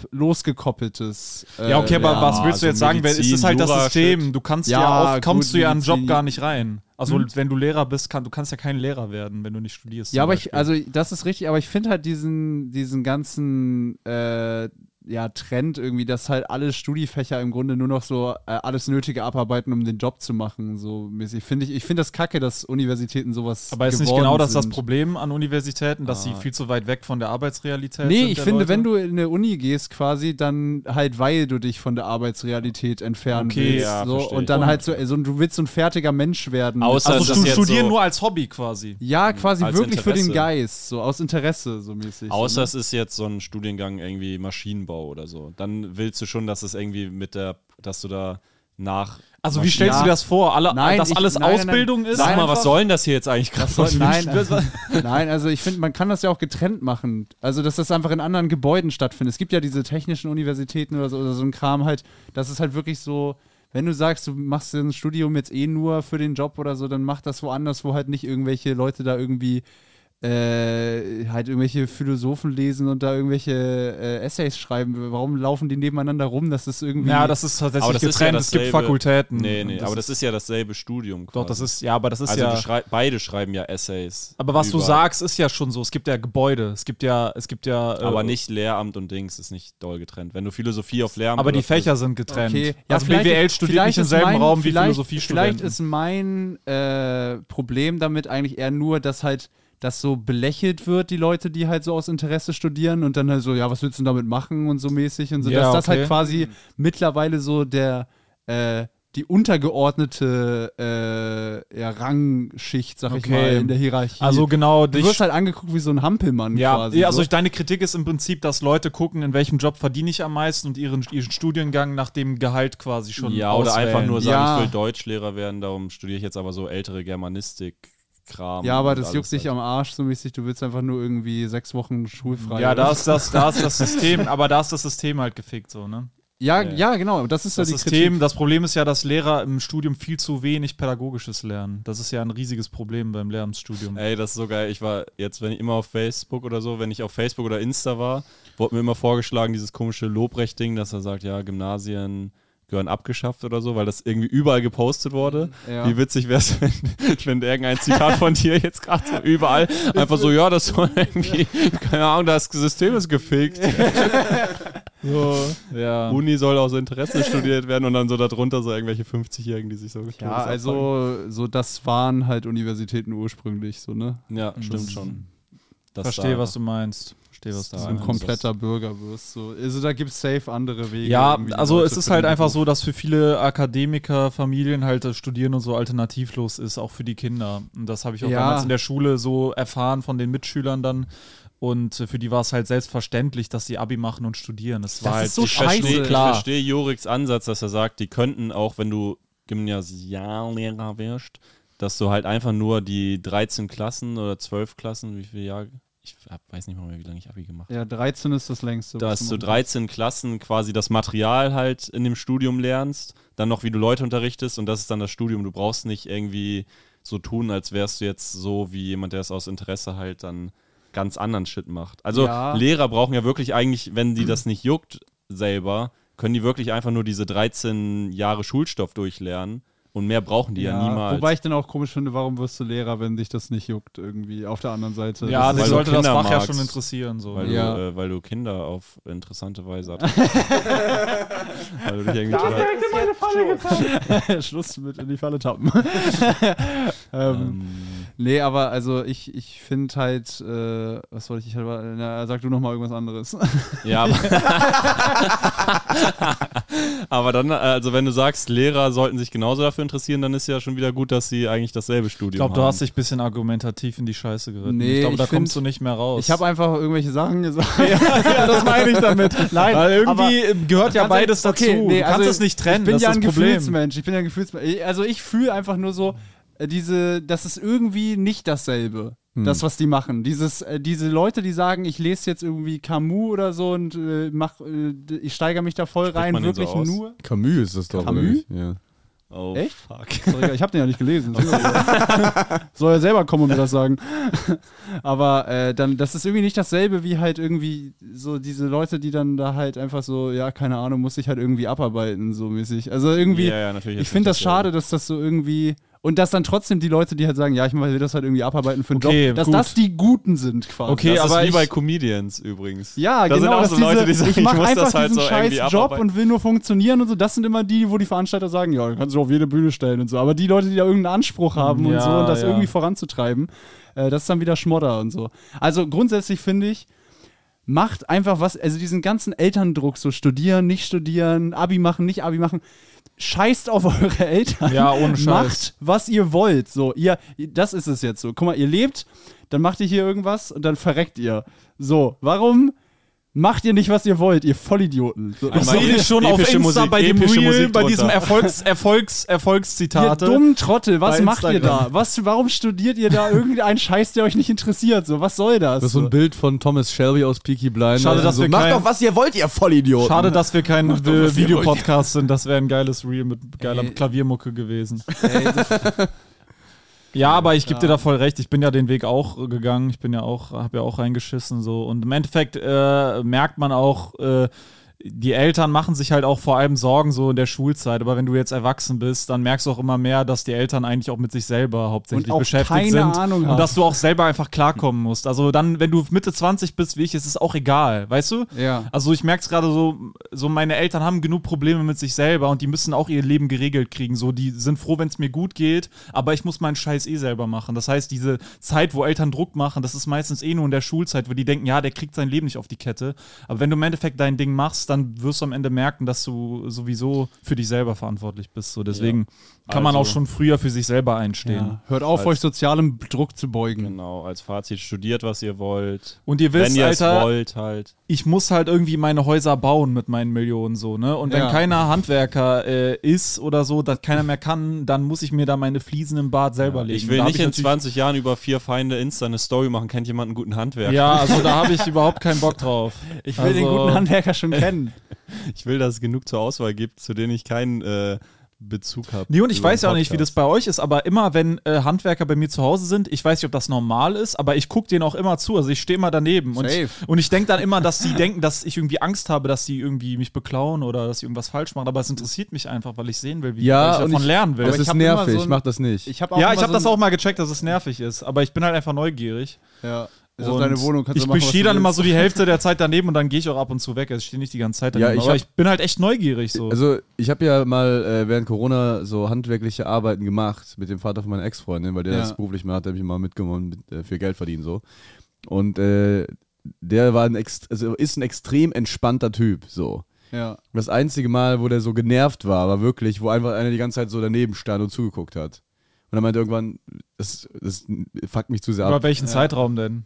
losgekoppeltes. äh, ja, okay, aber Lernen. was willst du also jetzt sagen? Weil Es ist Medizin, halt das Jura-Shit. System. Du kannst ja, Ja, auf, kommst gut, du ja an einen Job Medizin. Hm? gar nicht rein. Also, wenn du Lehrer bist, kann, du kannst ja kein Lehrer werden, wenn du nicht studierst. Ja, zum aber ich, Beispiel. also das ist richtig, aber ich finde halt diesen, diesen ganzen äh, ja, Trend irgendwie, dass halt alle Studiefächer im Grunde nur noch so äh, alles Nötige abarbeiten, um den Job zu machen, so mäßig. Finde ich, ich finde das kacke, dass Universitäten sowas Aber ist nicht geworden genau das das sind. Ah. Problem an Universitäten, dass sie viel zu weit weg von der Arbeitsrealität sind? Nee, ich der finde, Leute? wenn du in eine Uni gehst, quasi, dann halt, weil du dich von der Arbeitsrealität entfernen Okay, willst. ja, so, verstehe und ich. dann halt so, so, du willst so ein fertiger Mensch werden. Also, Außer- Also Also, das du jetzt studierst so- nur als Hobby quasi. ja, quasi als wirklich für den Interesse. Geist, so aus Interesse, so mäßig. Außer so, ne? es ist jetzt so ein Studiengang irgendwie Maschinenbau oder so. Dann willst du schon, dass es irgendwie mit der, dass du da nach. Also wie stellst Ja. du dir das vor? Alle, Nein, dass ich- alles nein, nein, nein. Ausbildung ist? Sag mal, einfach- was soll denn das hier jetzt eigentlich gerade? So, nein, Das also, nein, also ich finde, man kann das ja auch getrennt machen. Also, dass das einfach in anderen Gebäuden stattfindet. Es gibt ja diese technischen Universitäten oder so, oder so ein Kram halt, das ist halt wirklich so, wenn du sagst, du machst ein Studium jetzt eh nur für den Job oder so, dann mach das woanders, wo halt nicht irgendwelche Leute da irgendwie äh, halt irgendwelche Philosophen lesen und da irgendwelche äh, Essays schreiben. Warum laufen die nebeneinander rum? Das ist irgendwie. Ja, das ist tatsächlich getrennt. es gibt dasselbe- Fakultäten. Nee, nee, Und aber das ist ja dasselbe Studium. doch, quasi. das ist ja, aber das ist also du ja. schrei beide schreiben ja Essays. Aber was du über- sagst, ist ja schon so. Es gibt ja Gebäude, es gibt ja, es gibt ja. äh, Aber nicht Lehramt und Dings ist nicht doll getrennt. Wenn du Philosophie auf Lehramt. Aber die oder- Fächer sind getrennt. Okay. also vielleicht- BWL studiert vielleicht nicht im ist selben mein- Raum wie vielleicht- Philosophiestudenten. Vielleicht ist mein äh, Problem damit eigentlich eher nur, dass halt das so belächelt wird, die Leute, die halt so aus Interesse studieren und dann halt so, ja, was willst du denn damit machen und so halt mäßig und so, Ja, dass das okay. halt quasi mittlerweile so der äh, die untergeordnete äh, ja, Rangschicht, sag ich Okay. mal, in der Hierarchie. Also genau, du dich wirst halt angeguckt wie so ein Hampelmann Ja, quasi. ja, also so. ich, deine Kritik ist im Prinzip, dass Leute gucken, in welchem Job verdiene ich am meisten und ihren, ihren Studiengang nach dem Gehalt quasi schon Ja, oder auswählen. einfach nur sagen, Ja. ich will Deutschlehrer werden, darum studiere ich jetzt aber so ältere Germanistik-Kram. ja, aber und das alles juckt dich halt. am Arsch so mäßig, du willst einfach nur irgendwie sechs Wochen schulfrei. Ja, oder da ist das, da ist das System, aber da ist das System halt gefickt so, ne? Ja, ja, genau. Das ist Das ja die System, Kritik. das Problem ist ja, dass Lehrer im Studium viel zu wenig pädagogisches lernen. Das ist ja ein riesiges Problem beim Lehramtsstudium. Ey, das ist so geil. Ich war jetzt, wenn ich immer auf Facebook oder so, wenn ich auf Facebook oder Insta war, wurde mir immer vorgeschlagen, dieses komische Lobrecht-Ding, dass er sagt, ja, Gymnasien gehören abgeschafft oder so, weil das irgendwie überall gepostet wurde. Ja. Wie witzig wäre es, wenn, wenn irgendein Zitat von dir jetzt gerade so überall einfach so, ja, das soll irgendwie, keine Ahnung, das System ist gefickt. Ja. Uni soll aus Interesse studiert werden und dann so darunter so irgendwelche 50-Jährigen, die sich so getan Ja, also so das waren halt Universitäten ursprünglich so, ne? Ja, stimmt schon. Das Verstehe, da- was du meinst. Verstehe, was du da So ein Ja, meinst. kompletter Bürger wirst. So. Also da gibt es safe andere Wege. Ja, irgendwie also Leute es ist für halt den einfach Beruf. so, dass für viele Akademiker, Familien halt das Studieren und so alternativlos ist, auch für die Kinder. Und das habe ich auch Ja. damals in der Schule so erfahren von den Mitschülern dann. Und äh, für die war es halt selbstverständlich, dass sie Abi machen und studieren. Das, war ist halt so ich scheiße. verstehe, Ich klar. verstehe Joriks Ansatz, dass er sagt, die könnten auch, wenn du Gymnasiallehrer wirst, dass du halt einfach nur die 13 Klassen oder 12 Klassen, wie viele Jahre, ich hab, weiß nicht mal mehr, wie lange ich Abi gemacht habe. Ja, 13 ist das längste. was Dass du man- 13 Klassen quasi das Material halt in dem Studium lernst, dann noch wie du Leute unterrichtest und das ist dann das Studium. Du brauchst nicht irgendwie so tun, als wärst du jetzt so wie jemand, der es aus Interesse halt dann ganz anderen Shit macht. Also Ja. Lehrer brauchen ja wirklich eigentlich, wenn die das nicht juckt selber, können die wirklich einfach nur diese 13 Jahre Schulstoff durchlernen und mehr brauchen die ja, niemals. Wobei ich dann auch komisch finde, warum wirst du Lehrer, wenn dich das nicht juckt irgendwie auf der anderen Seite. Ja, dich das ist also- weil du sollte das Kinder Fach ja magst. schon interessieren. So. weil, Ja. du, äh, weil du Kinder auf interessante Weise attraktiv weil du dich irgendwie total- halt Schluss mit in die Falle tappen. ähm, nee, aber also ich, ich finde halt, äh, was wollte ich, na, sag du nochmal irgendwas anderes. Ja, aber, aber dann, also wenn du sagst, Lehrer sollten sich genauso dafür interessieren, dann ist ja schon wieder gut, dass sie eigentlich dasselbe Studium Ich glaube, du haben. hast dich ein bisschen argumentativ in die Scheiße geritten. Nee, ich glaube, ich da find- kommst du nicht mehr raus. Ich habe einfach irgendwelche Sachen gesagt. das meine ich damit. Nein, Weil irgendwie aber- gehört ja Ganz ehrlich, beides dazu. okay, nee, du kannst also es nicht trennen. Ich bin das ja ist ein das Problem. Gefühlsmensch. Ich bin ja ein Gefühlsmensch. Also ich fühle einfach nur so äh, diese, das ist irgendwie nicht dasselbe. Hm. Das, was die machen. Dieses, äh, diese Leute, die sagen, ich lese jetzt irgendwie Camus oder so und äh, mach, äh, d- ich steigere mich da voll rein, man den so wirklich aus? nur. Camus ist das doch, Camus? oder nicht? Ja. oh, Echt? Fuck. Sorry, ich habe den ja nicht gelesen. Soll er selber kommen und mir das sagen. Aber äh, dann, das ist irgendwie nicht dasselbe wie halt irgendwie so diese Leute, die dann da halt einfach so, ja, keine Ahnung, muss ich halt irgendwie abarbeiten, so mäßig. Also irgendwie, Ja, ja, natürlich ich jetzt finde das nicht dasselbe. schade, dass das so irgendwie. Und dass dann trotzdem die Leute, die halt sagen, ja, ich will das halt irgendwie abarbeiten für den Okay, Job, dass gut. das die Guten sind quasi. Okay, das aber ist wie ich- bei Comedians übrigens. Ja, genau. das sind auch dass so Leute, die sagen, ich, ich mach muss einfach das halt so diesen irgendwie scheiß Job abarbeiten. und will nur funktionieren und so. Das sind immer die, wo die Veranstalter sagen, ja, du kannst du auf jede Bühne stellen und so. Aber die Leute, die da irgendeinen Anspruch haben und Ja, so und das ja. irgendwie voranzutreiben, äh, das ist dann wieder Schmodder und so. Also grundsätzlich finde ich, macht einfach was, also diesen ganzen Elterndruck, so studieren, nicht studieren, Abi machen, nicht Abi machen. Scheißt auf eure Eltern. Ja, ohne Scheiß. Macht, was ihr wollt. So, ihr, das ist es jetzt so. Guck mal, ihr lebt, dann macht ihr hier irgendwas und dann verreckt ihr. So, warum macht ihr nicht, was ihr wollt, ihr Vollidioten? So, Ich Einmal sehe dich schon auf epische Insta Musik- bei dem epische Reel, Musik bei drunter. diesem Erfolgs, Erfolgs, Ihr Erfolgszitate. dummen Trottel, was Ah, bei macht ihr da? Instagram. Was, warum studiert ihr da irgendeinen Scheiß, der euch nicht interessiert? So, was soll das? Das ist so ein Bild von Thomas Shelby aus Peaky Blinders. Schade, dass Also, so, wir Macht kein- doch, was ihr wollt, ihr Vollidioten. Schade, dass wir kein äh, Videopodcast sind. Das wäre ein geiles Reel mit geiler Klaviermucke gewesen. ja, aber ich gebe dir da voll recht. Ich bin ja den Weg auch äh, gegangen. Ich bin ja auch, habe ja auch reingeschissen so. Und im Endeffekt äh, merkt man auch. Äh, die Eltern machen sich halt auch vor allem Sorgen so in der Schulzeit, aber wenn du jetzt erwachsen bist, dann merkst du auch immer mehr, dass die Eltern eigentlich auch mit sich selber hauptsächlich Und auch beschäftigt keine sind Ahnung und haben. dass du auch selber einfach klarkommen musst. Also dann, wenn du Mitte 20 bist, wie ich, ist es auch egal, weißt du? Ja. Also ich merke es gerade so, so meine Eltern haben genug Probleme mit sich selber und die müssen auch ihr Leben geregelt kriegen. So, die sind froh, wenn es mir gut geht, aber ich muss meinen Scheiß eh selber machen. Das heißt, diese Zeit, wo Eltern Druck machen, das ist meistens eh nur in der Schulzeit, wo die denken, ja, der kriegt sein Leben nicht auf die Kette. Aber wenn du im Endeffekt dein Ding machst, dann wirst du am Ende merken, dass du sowieso für dich selber verantwortlich bist. So, deswegen kann man auch Also- schon früher für sich selber einstehen. Ja. Hört auf, euch sozialem Druck zu beugen. Genau, als Fazit studiert, was ihr wollt. Und ihr Wenn wisst, ihr es Alter, wollt, halt. ich muss halt irgendwie meine Häuser bauen mit meinen Millionen so, ne? Und wenn Ja. keiner Handwerker äh, ist oder so, dass keiner mehr kann, dann muss ich mir da meine Fliesen im Bad selber legen. Ich will Da hab nicht in natürlich- 20 Jahren über vier Feinde Insta eine Story machen. Kennt jemand einen guten Handwerker? Ja, also da habe ich überhaupt keinen Bock drauf. Also Ich will den guten Handwerker schon kennen. Ich will, dass es genug zur Auswahl gibt, zu denen ich keinen äh, Bezug habe. Nee, und ich weiß ja auch nicht, wie das bei euch ist, aber immer wenn äh, Handwerker bei mir zu Hause sind, ich weiß nicht, ob das normal ist, aber ich gucke denen auch immer zu. Also ich stehe immer daneben und, Safe. und ich denke dann immer, dass sie denken, dass ich irgendwie Angst habe, dass sie irgendwie mich beklauen oder dass sie irgendwas falsch machen. Aber es interessiert mich einfach, weil ich sehen will, wie Ja, weil ich und davon ich- lernen will. Das ich ist hab immer nervig, so ich ein- mach das nicht. Ich hab ja, ich habe das auch mal. mal gecheckt, dass es nervig ist, aber ich bin halt einfach neugierig. Ja. Ist Und auch deine Wohnung, kannst ich du machen, was bestehe du dann willst. immer so die Hälfte der Zeit daneben und dann gehe ich auch ab und zu weg. Also ich stehe nicht die ganze Zeit Ja, daneben. ich aber hab- ich bin halt echt neugierig so. Also, ich habe ja mal äh, während Corona so handwerkliche Arbeiten gemacht mit dem Vater von meiner Ex-Freundin, weil der Ja. das beruflich mal hat, der hat mich mal mitgenommen mit, äh, für Geld verdienen so. Und äh, der war ein ext also ist ein extrem entspannter Typ so. Ja. Das einzige Mal, wo der so genervt war, war wirklich, wo einfach einer die ganze Zeit so daneben stand und zugeguckt hat. Und dann meinte er irgendwann, das, das fuckt mich zu sehr Über ab. welchen Zeitraum denn?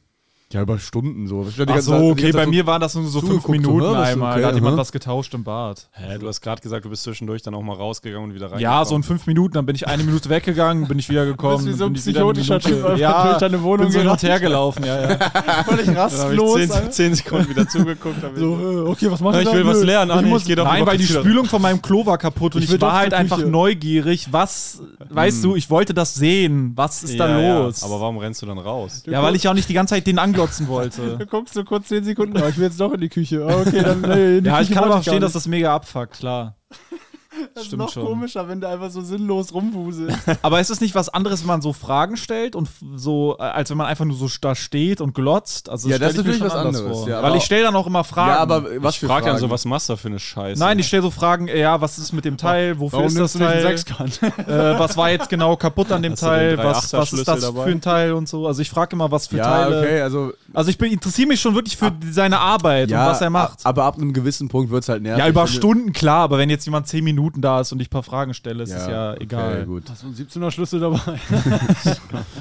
Ja, über Stunden so. Ich stand die Ach ganze so, Zeit- die okay, ganze bei Zeit so- mir waren das nur so fünf zugeguckt, so, Minuten ne, das ist einmal. okay, da hat jemand aha. was getauscht im Bad. Hä, du hast gerade gesagt, du bist zwischendurch dann auch mal rausgegangen und wieder rein. Ja, so in fünf Minuten, dann bin ich eine Minute weggegangen, bin ich wiedergekommen. Du bist wie so ein bin ich wieder eine psychotischer Minute- Typ, einfach ja, durch deine Wohnung bin so hin und gerannt. her gelaufen, ja, ja. Völlig rastlos. zehn, Alter. zehn Sekunden wieder zugeguckt. damit- So, äh, okay, was machst du Na, ich da? will Nö. was lernen. Ah, nee, ich geh doch Nein, lieber weil die wieder- Spülung von meinem Klo war kaputt und Ich ich, will doch war zur halt einfach Küche. neugierig, was, Hm. weißt du, ich wollte das sehen, was ist da Ja, los? Ja. Aber warum rennst du dann raus? ja, weil ich auch nicht die ganze Zeit den anglotzen wollte. Du guckst so kurz 10 Sekunden, aber ich will jetzt doch in die Küche. Ah, Okay, dann. Nee, in die ja, ich Küche kann wollte aber verstehen, gar dass nicht. das mega abfuckt, klar. das ist stimmt noch schon. komischer, wenn du einfach so sinnlos rumwuselst. Aber ist es nicht was anderes, wenn man so Fragen stellt und f- so, äh, als wenn man einfach nur so da steht und glotzt? Also Ja, das stell ist ich mir natürlich schon was anders anderes, vor. ja, Weil aber- ich stelle dann auch immer Fragen. Ja, aber äh, was für Frag dann Fragen? so, was machst du da für eine Scheiße? Nein, ich stelle so Fragen, äh, ja, was ist mit dem Teil? Wofür ist das Teil? Sechskant? Äh, was war jetzt genau kaputt an dem Hast du den Teil? drei Was, was Achterschlüssel ist das dabei? für ein Teil und so? Also ich frage immer, was für Ja, Teile. okay, also Also ich bin- interessiere mich schon wirklich für seine Arbeit ja, und um was er macht. ab- Aber ab einem gewissen Punkt wird es halt nervig. ja, über wenn du- Stunden klar, aber wenn jetzt jemand zehn Minuten da ist und ich ein paar Fragen stelle, ist es Ja, ja okay, egal. gut. Hast du einen 17er Schlüssel dabei?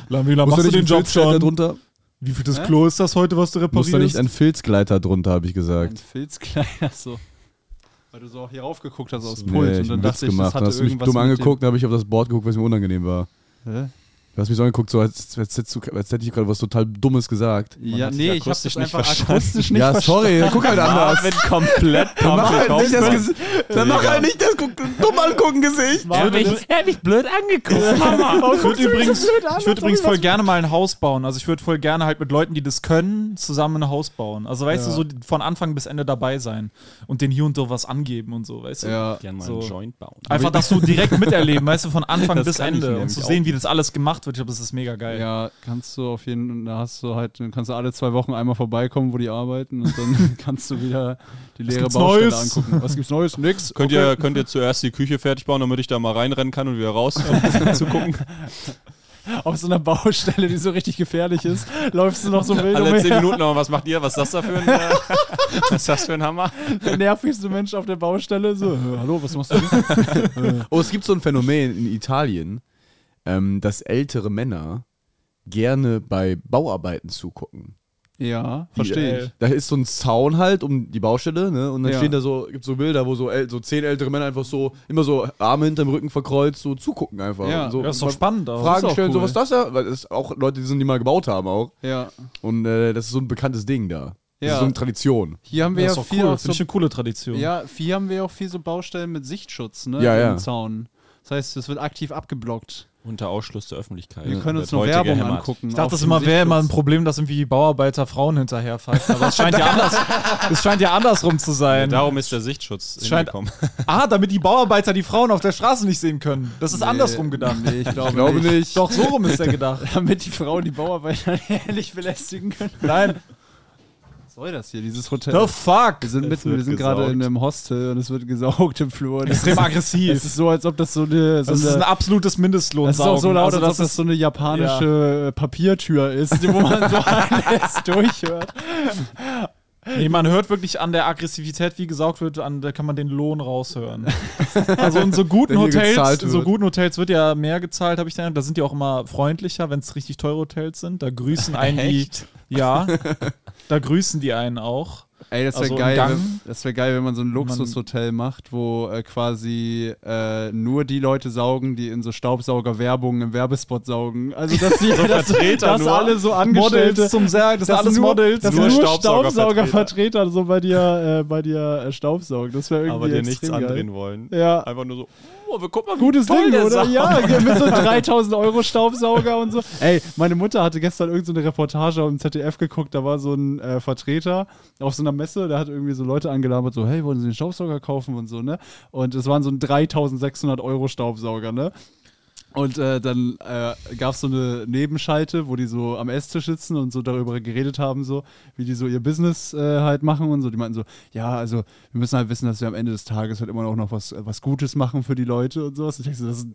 Wie lange Musst du nicht einen Filzgleiter drunter? Wie viel das Klo ist das heute, was du Musst du reparierst? nicht einen Filzgleiter drunter, habe ich Ein gesagt. Filzkleider so. Weil du so auch hier raufgeguckt hast aufs Nee, Pult ich hab einen und dann dachte Witz ich, das gemacht. Du hatte hast mich irgendwas dumm mit angeguckt, dann habe ich auf das Board geguckt, weil es mir unangenehm war. Dem. Hä? Du hast mich so angeguckt, so als, als, hättest du- als hätte ich gerade was total Dummes gesagt. Ja, nee, ich habe das akustisch nicht einfach verstanden. akustisch nicht ja, verstanden. sorry, guck halt anders. Marvin komplett Dann mach halt public nicht das aufgenommen. Gesicht. Dann mach halt nicht das guck, dumm angucken Gesicht. Er hat mich, er hat mich blöd angeguckt. Ich würde übrigens, ich würd übrigens voll gerne mal ein Haus bauen. Also ich würde voll gerne halt mit Leuten, die das können, zusammen ein Haus bauen. Also weißt du, so von Anfang bis Ende dabei sein und den hier und da was angeben und so, weißt du? Ja. Gern mal So. einen Joint bauen. Einfach das so direkt miterleben, weißt du, von Anfang bis kann ich Ende und nämlich zu auch sehen, wie das alles gemacht wird. Ich glaube, das ist mega geil. Ja, kannst du auf jeden da hast du halt, dann kannst du alle zwei Wochen einmal vorbeikommen, wo die arbeiten und dann kannst du wieder die leere gibt's Baustelle Neues? angucken. Was gibt's Neues? Nix. Könnt, ihr, könnt ihr zuerst die Küche fertig bauen, damit ich da mal reinrennen kann und wieder raus zu gucken? Auf so einer Baustelle, die so richtig gefährlich ist, läufst du noch so wild Alle zehn umher. Minuten, aber was macht ihr? Was ist das da für ein, äh, was ist das für ein Hammer? Der nervigste Mensch auf der Baustelle. So, äh, hallo, was machst du denn? Oh, es gibt so ein Phänomen in Italien, ähm, dass ältere Männer gerne bei Bauarbeiten zugucken. äh, Ja, verstehe ich. Da ist so ein Zaun halt um die Baustelle, ne? Und dann Ja. stehen da so, gibt's so Bilder, wo so, äl so zehn ältere Männer einfach so, immer so Arme hinterm Rücken verkreuzt, so zugucken einfach. Ja. Und so, Ja, ist doch mal spannend auch. Fragen auch stellen, so cool. was ist das ja, weil das auch Leute, die sind, die mal gebaut haben auch. Ja. Und äh, das ist so ein bekanntes Ding da. Das Ja. ist so eine Tradition. Hier haben wir das ja, ist doch viel cool. auch Finde so, ich eine coole Tradition. ja, hier haben wir auch viel so Baustellen mit Sichtschutz, ne? Ja, ja. Im Zaun. Das heißt, das wird aktiv abgeblockt. Unter Ausschluss der Öffentlichkeit. ne? Wir können uns Wird nur heute Werbung gehämmert. angucken. Ich dachte, das immer wäre immer ein Problem, dass irgendwie Bauarbeiter Frauen hinterherfallen. Aber es scheint ja anders, es scheint ja andersrum zu sein. Darum ist der Sichtschutz scheint- hingekommen. Ah, damit die Bauarbeiter die Frauen auf der Straße nicht sehen können. Das ist andersrum gedacht. Nee, ich glaube, glaube nicht. nicht. Doch, so rum ist er gedacht. Damit die Frauen die Bauarbeiter ehrlich belästigen können. Nein. Was soll das hier, dieses Hotel? The fuck? Wir sind, mitten, wird wir sind gerade gesaugt. in einem Hostel und es wird gesaugt im Flur. Das Extrem ist, aggressiv. es ist so, als ob das so eine. So Das ist ein eine absolutes Mindestlohn. das Äh, ist auch so laut, also als ob das das ist so eine japanische Papiertür ist, wo man so alles durchhört. Nee, man hört wirklich an der Aggressivität, wie gesaugt wird, an, da kann man den Lohn raushören. Also in so guten Der hier Hotels, gezahlt in so wird. guten Hotels wird ja mehr gezahlt, habe ich den Eindruck. Da sind die auch immer freundlicher, wenn es richtig teure Hotels sind. Da grüßen einen die. Ja, da grüßen die einen auch. Ey, das wäre Also im geil, Gang. wenn- das wär geil, wenn man so ein Luxushotel macht, wo äh, quasi äh, nur die Leute saugen, die in so Staubsauger-Werbung im Werbespot saugen. Also, dass die dass, Vertreter dass nur. alle so Angestellte, Models zum Sagen, das sind dass alles nur, Models. Dass nur nur, Staubsaugervertreter. Staubsaugervertreter so bei dir, äh, bei dir äh, Staubsaugen. Das wäre irgendwie aber dir nichts extrem geil. andrehen wollen. Ja. Einfach nur so, oh, wir gucken mal, wie Gutes toll Ding, der oder? Saugt. Ja, mit so 3000 Euro Staubsauger und so. Ey, meine Mutter hatte gestern irgendeine so eine Reportage auf dem ZDF geguckt, da war so ein äh, Vertreter auf so einer Messe, der hat irgendwie so Leute angelabert, so, hey, wollen Sie einen Staubsauger kaufen und so, ne? Und es waren so ein 3600 Euro Staubsauger, ne? Und äh, dann äh, gab es so eine Nebenschalte, wo die so am Esstisch sitzen und so darüber geredet haben, so wie die so ihr Business äh, halt machen und so. Die meinten so, ja, also wir müssen halt wissen, dass wir am Ende des Tages halt immer auch noch was, äh, was Gutes machen für die Leute und sowas. Und ich so, das sind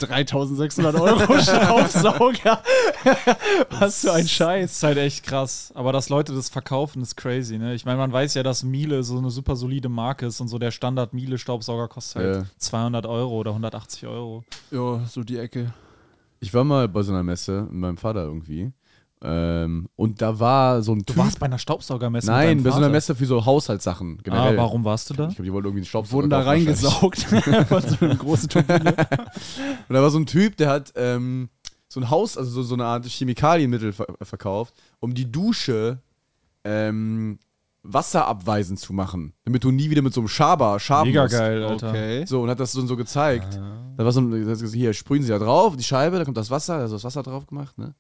3600 Euro Staubsauger. was für ein Scheiß. ist halt echt krass. Aber dass Leute das verkaufen, ist crazy, ne? Ich meine, man weiß ja, dass Miele so eine super solide Marke ist und so der Standard Miele-Staubsauger kostet halt Ja. 200 Euro oder 180 Euro. Ja, so die Ecke. Ich war mal bei so einer Messe mit meinem Vater irgendwie. Ähm, und da war so ein Du Typ. warst bei einer Staubsaugermesse Nein, mit deinem bei so einer Vater? Messe für so Haushaltssachen Ah, generell. warum warst du da? Ich glaube, die wollten irgendwie einen Staubsauger. Wurden da kaufen wahrscheinlich. reingesaugt. Von so einem großen Turbine. Und da war so ein Typ, der hat ähm, so ein Haus, also so, so eine Art Chemikalienmittel ver verkauft, um die Dusche ähm, wasserabweisend zu machen. Damit du nie wieder mit so einem Schaber schaben Mega musst. geil, Alter. So, und hat das so, so gezeigt. Ah. Da war so ein, hat gesagt, hier, sprühen sie da drauf, die Scheibe, da kommt das Wasser, da ist das Wasser drauf gemacht, ne?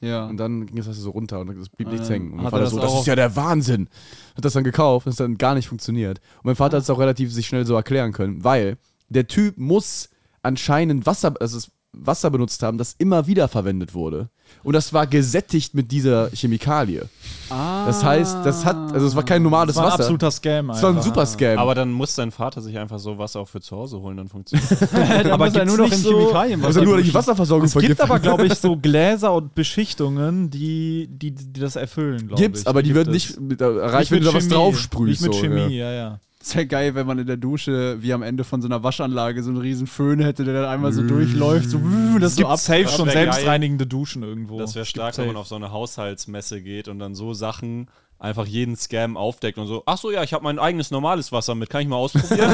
Ja. Und dann ging das Wasser so runter und es blieb Ah. nichts Ähm, hängen. Und hat mein er Vater das so, das auch- ist ja der Wahnsinn. Hat das dann gekauft, das hat dann gar nicht funktioniert. Und mein Ah. Vater hat es auch relativ sich schnell so erklären können, weil der Typ muss anscheinend Wasser, also das Wasser benutzt haben, das immer wieder verwendet wurde. Und das war gesättigt mit dieser Chemikalie. Das heißt, das hat, also es war kein normales Ah. Das war ein Wasser. absoluter Scam, Das war ein Alter. super Scam. Aber dann muss dein Vater sich einfach so was auch für zu Hause holen, dann funktioniert das. aber muss er nur noch in Chemikalien also nur die Wasserversorgung Es gibt vergiftet. aber, glaube ich, so Gläser und Beschichtungen, die, die, die das erfüllen, glaube ich. Gibt's, aber die Gibt wird es. nicht mit- erreicht, wenn mit du da was Chemie. drauf Nicht sprühst. mit so, Chemie, ja. ja, ja. Das wäre geil, wenn man in der Dusche wie am Ende von so einer Waschanlage so einen riesen Föhn hätte, der dann einmal so durchläuft. So, das Es so gibt ab. safe schon wär geil. selbstreinigende Duschen irgendwo. Das wäre stark, wenn man auf so eine Haushaltsmesse geht und dann so Sachen einfach jeden Scam aufdeckt und so, ach so, ja, ich habe mein eigenes normales Wasser mit, kann ich mal ausprobieren?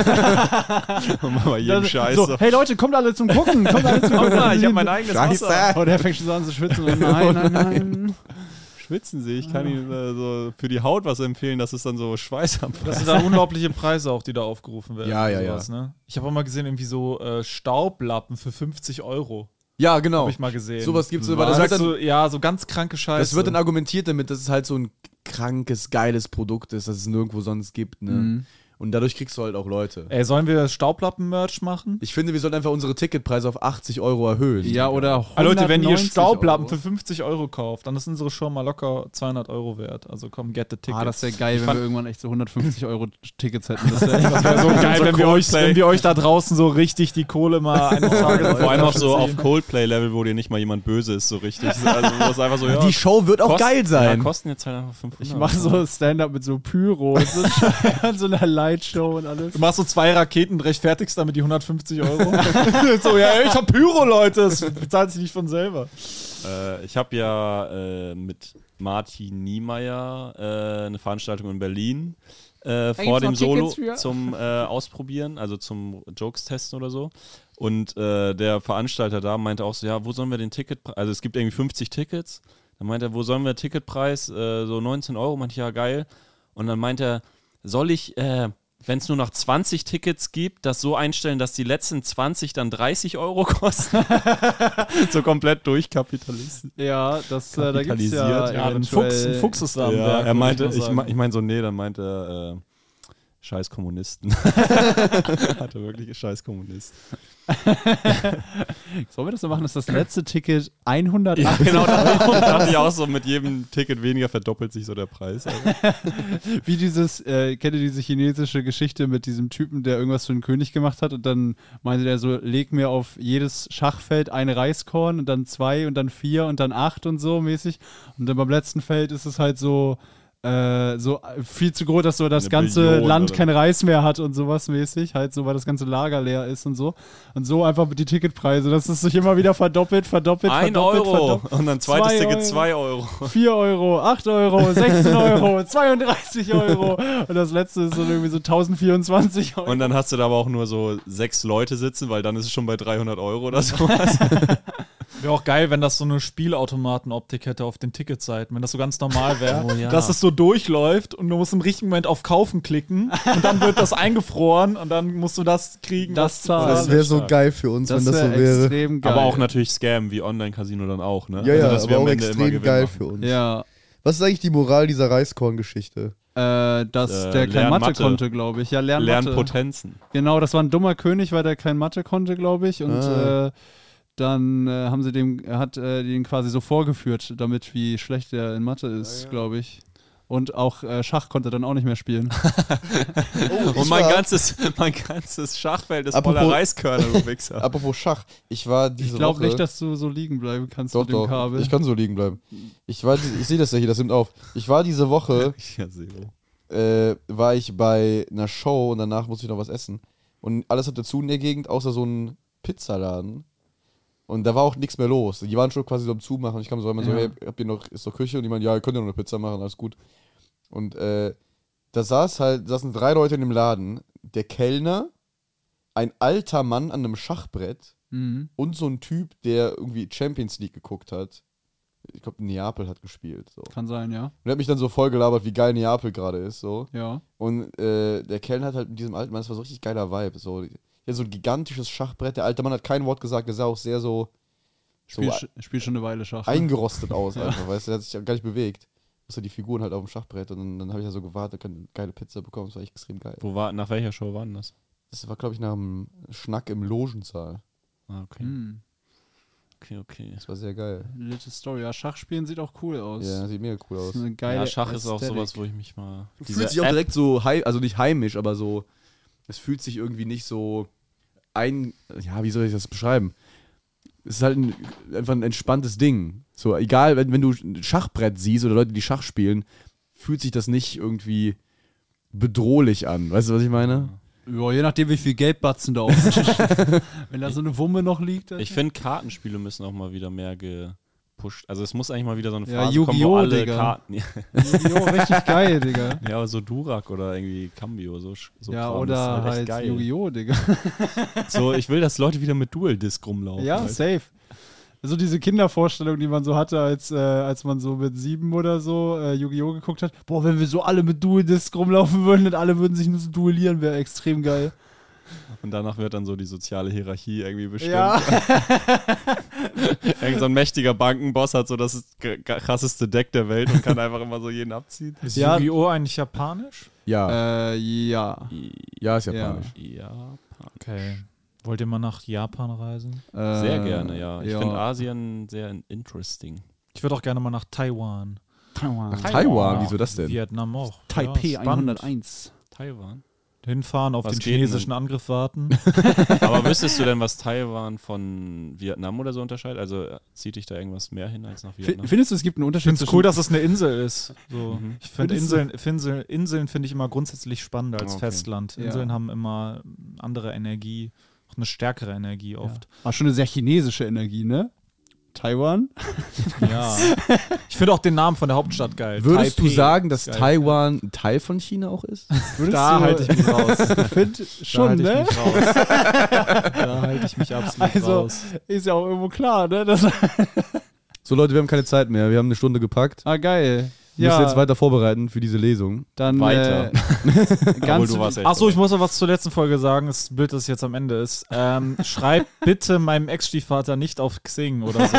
und mach mal jeden Scheiß. So, hey Leute, kommt alle zum Gucken. Kommt alle zum Gucken. ich habe mein eigenes Wasser. Und er fängt schon so an zu schwitzen. Und nein, nein, Oh, nein. Schwitzen Sie, ich kann Ihnen äh, so für die Haut was empfehlen, das ist dann so Schweiß am Das sind dann unglaubliche Preise auch, die da aufgerufen werden. Ja, und ja, ja. sowas, Ne? Ich habe auch mal gesehen, irgendwie so äh, Staublappen für 50 Euro. ja, genau. Habe ich mal gesehen. Sowas gibt's, aber aber das das wird dann, so, Ja, so ganz kranke Scheiße. Das wird dann argumentiert damit, dass es halt so ein krankes, geiles Produkt ist, das es nirgendwo sonst gibt. Ne? Und dadurch kriegst du halt auch Leute. Ey, sollen wir Staublappen-Merch machen? Ich finde, wir sollten einfach unsere Ticketpreise auf 80 Euro erhöhen. Ja, oder Ah, Leute, wenn ihr 190 Staublappen Euro. für 50 Euro kauft, dann ist unsere Show mal locker 200 Euro wert. Also komm, get the ticket. Ah, das wäre geil, wenn wir fand- irgendwann echt so 150 Euro Tickets hätten. Das wäre echt Das wär so geil, wenn, wir euch, Coldplay. wenn wir euch da draußen so richtig die Kohle mal eines Tages Vor allem auch so auf verziehen. Coldplay-Level, wo dir nicht mal jemand böse ist, so richtig. Also, wo es einfach so, ja, Die Show wird auch kosten- geil sein. Ja, kosten jetzt halt einfach 500. Ich mache so Stand-up mit so Pyro und so, an so einer Lightshow und alles. Du machst so zwei Raketen und rechtfertigst damit die 150 Euro. so, ja, ich hab Pyro, Leute. Das bezahlt sich nicht von selber. Äh, ich habe ja äh, mit Martin Niemeyer äh, eine Veranstaltung in Berlin äh, vor dem Solo zum äh, Ausprobieren, also zum Jokes testen oder so. Und äh, der Veranstalter da meinte auch so, ja, wo sollen wir den Ticket, also es gibt irgendwie 50 Tickets. Dann meinte er, wo sollen wir Ticketpreis? Äh, so 19 Euro, meinte ich, ja, geil. Und dann meinte er, soll ich, äh, wenn es nur noch 20 Tickets gibt, das so einstellen, dass die letzten 20 dann 30 Euro kosten? so komplett durchkapitalist. Ja, das, äh, da gibt es ja, Kapitalisiert. Ja, ein Fuchs, ein Fuchs ist da am Ja, Werk, er würd meinte, mal ich, sagen. mein- ich meine so, nee, dann meinte er, äh, scheiß Kommunisten. Hatte wirklich scheiß Kommunist. Sollen wir das so machen, dass das letzte Ticket 100 Genau, da dachte ich auch so, mit jedem Ticket weniger verdoppelt sich so der Preis. Alter. Wie dieses, äh, kennt ihr diese chinesische Geschichte mit diesem Typen, der irgendwas für den König gemacht hat und dann meinte der so, leg mir auf jedes Schachfeld ein Reiskorn und dann zwei und dann vier und dann acht und so mäßig. Und dann beim letzten Feld ist es halt so, äh, so viel zu groß, dass so das Eine ganze Billion Land oder- kein Reis mehr hat und sowas mäßig, halt so, weil das ganze Lager leer ist und so. Und so einfach die Ticketpreise, dass es sich immer wieder verdoppelt, verdoppelt, Ein verdoppelt, Euro verdoppelt. und dann zweites Zwei Ticket Euro. 2 Euro. 4 Euro, 8 Euro, 16 Euro, 32 Euro. Und das letzte ist so irgendwie so 1024 Euro. Und dann hast du da aber auch nur so sechs Leute sitzen, weil dann ist es schon bei 300 Euro oder so. Wäre auch geil, wenn das so eine Spielautomatenoptik hätte auf den Ticketseiten, wenn das so ganz normal Oh, wäre, dass es so durchläuft und du musst im richtigen Moment auf Kaufen klicken und dann wird das eingefroren und dann musst du das kriegen. Das was- zahlt. Das wäre so geil für uns, wenn das so wär wäre. extrem geil. aber auch natürlich Scam, wie Online-Casino dann auch, ne? Ja, ja, dass wir aber am auch Ende immer extrem Gewinn geil machen. für uns. Ja, Was ist eigentlich die Moral dieser Reiskorn-Geschichte? äh, dass Äh, der kein Lern Mathe, Mathe. konnte, glaube ich. Ja, Lern Lernen Mathe. Potenzen. Genau, das war ein dummer König, weil der kein Mathe konnte, glaube ich. Und Ah. äh, dann äh, haben sie dem, er hat äh, den quasi so vorgeführt, damit wie schlecht er in Mathe ist, glaube ich. Und auch äh, Schach konnte er dann auch nicht mehr spielen. Und mein ganzes, mein ganzes Schachfeld ist voller Apropos- Reiskörner, du Wichser. Apropos Schach, ich war diese Ich glaube Woche... nicht, dass du so liegen bleiben kannst doch, mit dem doch. Kabel. Ich kann so liegen bleiben. Ich, war, die- ich sehe das ja hier, das nimmt auf. Ich war diese Woche ja, Zero. äh, war ich bei einer Show und danach musste ich noch was essen. Und alles hatte zu in der Gegend, außer so einen Pizzaladen. Und da war auch nichts mehr los. Die waren schon quasi so am Zumachen. Ich kam so einmal so, hey, habt ihr noch, ist doch Küche? Und die meinten, ja, ihr könnt ja noch eine Pizza machen, alles gut. Und äh, da saß halt, saßen drei Leute in dem Laden. Der Kellner, ein alter Mann an einem Schachbrett Mhm. und so ein Typ, der irgendwie Champions League geguckt hat. Ich glaube, Neapel hat gespielt. So. Und Kann sein, ja. er hat mich dann so voll gelabert, wie geil Neapel gerade ist. So. Ja. Und äh, der Kellner hat halt mit diesem alten Mann, das war so richtig geiler Vibe. So, die- ja, so ein gigantisches Schachbrett. Der alte Mann hat kein Wort gesagt, der sah auch sehr so, so Spiel, spiel schon eine Weile Schach. ne? eingerostet aus, einfach, weißt du, der hat sich gar nicht bewegt. Musste die Figuren halt auf dem Schachbrett und dann, dann habe ich ja so gewartet, kann eine geile Pizza bekommen, das war echt extrem geil. Wo war, nach welcher Show war denn das? Das war, glaube ich, nach einem Schnack im Logensaal. Ah, okay. Mhm. Okay, okay. Das war sehr geil. Little Story. Ja, Schachspielen sieht auch cool aus. Ja, sieht mega cool Das aus. ist eine geile Ja, Schach ist auch Ästhetik. sowas, wo ich mich mal. fühlt sich auch direkt so, hei also nicht heimisch, aber so, es fühlt sich irgendwie nicht so ein, ja, wie soll ich das beschreiben? Es ist halt ein, einfach ein entspanntes Ding. So, egal, wenn, wenn du ein Schachbrett siehst oder Leute, die Schach spielen, fühlt sich das nicht irgendwie bedrohlich an. Weißt du, was ich meine? Ja, je nachdem, wie viel Geldbatzen da auf dem Tisch Wenn da so eine Wumme noch liegt. dann- Ich finde, Kartenspiele müssen auch mal wieder mehr gepusht. Also, es muss eigentlich mal wieder so eine Ja, Phase kommen, wo Yu-Gi-Oh, alle Digga. Karten. Ja, Jo, richtig geil, Digga. ja, aber so Durak oder irgendwie Cambio. So, sch- so ja, Kram, oder das ist halt echt geil. Yu-Gi-Oh, Digga. So, ich will, dass Leute wieder mit Dual-Disc rumlaufen. Ja, Alter. safe. So diese Kindervorstellung, die man so hatte, als, äh, als man so mit sieben oder so äh, Yu-Gi-Oh! geguckt hat. Boah, wenn wir so alle mit Dual-Disc rumlaufen würden und alle würden sich nur so duellieren, wäre extrem geil. Und danach wird dann so die soziale Hierarchie irgendwie bestimmt. Ja, Irgend so ein mächtiger Bankenboss hat so das k- k- krasseste Deck der Welt und kann einfach immer so jeden abziehen. Ist Ja. Yu-Gi-Oh! eigentlich japanisch? Ja, äh, ja. ja, ist japanisch. Ja, Okay. Wollt ihr mal nach Japan reisen? Äh, sehr gerne, ja. Ich ja. finde Asien sehr interesting. Ich würde auch gerne mal nach Taiwan. Taiwan. Äh, Taiwan, Taiwan. wieso das denn? Vietnam auch. Taipei ja, spannend. 101. Taiwan. Hinfahren, auf Was den geht denn? chinesischen Angriff warten. Aber wüsstest du denn, was Taiwan von Vietnam oder so unterscheidet? Also äh, zieht dich da irgendwas mehr hin als nach F Vietnam? findest du, es gibt einen ne? Ich Unterschied finde es cool, dass es eine Insel ist. So. Ich finde Findest du- Ah, Inseln, Inseln, Inseln finde ich immer grundsätzlich spannender als Okay. Festland. Ja. Inseln haben immer andere Energie, auch eine stärkere Energie oft. War Ah, schon eine sehr chinesische Energie, ne? Taiwan? Ja. Ich finde auch den Namen von der Hauptstadt geil. Würdest du Taipei. sagen, dass Geil. Taiwan ein Teil von China auch ist? Würdest Da halte ich mich raus. Ich finde da schon, halte ich ne? mich raus. da halte ich mich absolut Also- raus. Ist ja auch irgendwo klar, ne? Das So, Leute, wir haben keine Zeit mehr. Wir haben eine Stunde gepackt. ah, geil. Wir müssen jetzt weiter vorbereiten für diese Lesung. dann Weiter. Äh, Obwohl, ganz du warst echt Achso, ich dabei. muss noch was zur letzten Folge sagen. Das Bild, das jetzt am Ende ist. Ähm, schreib bitte meinem Ex-Stiefvater nicht auf Xing oder so.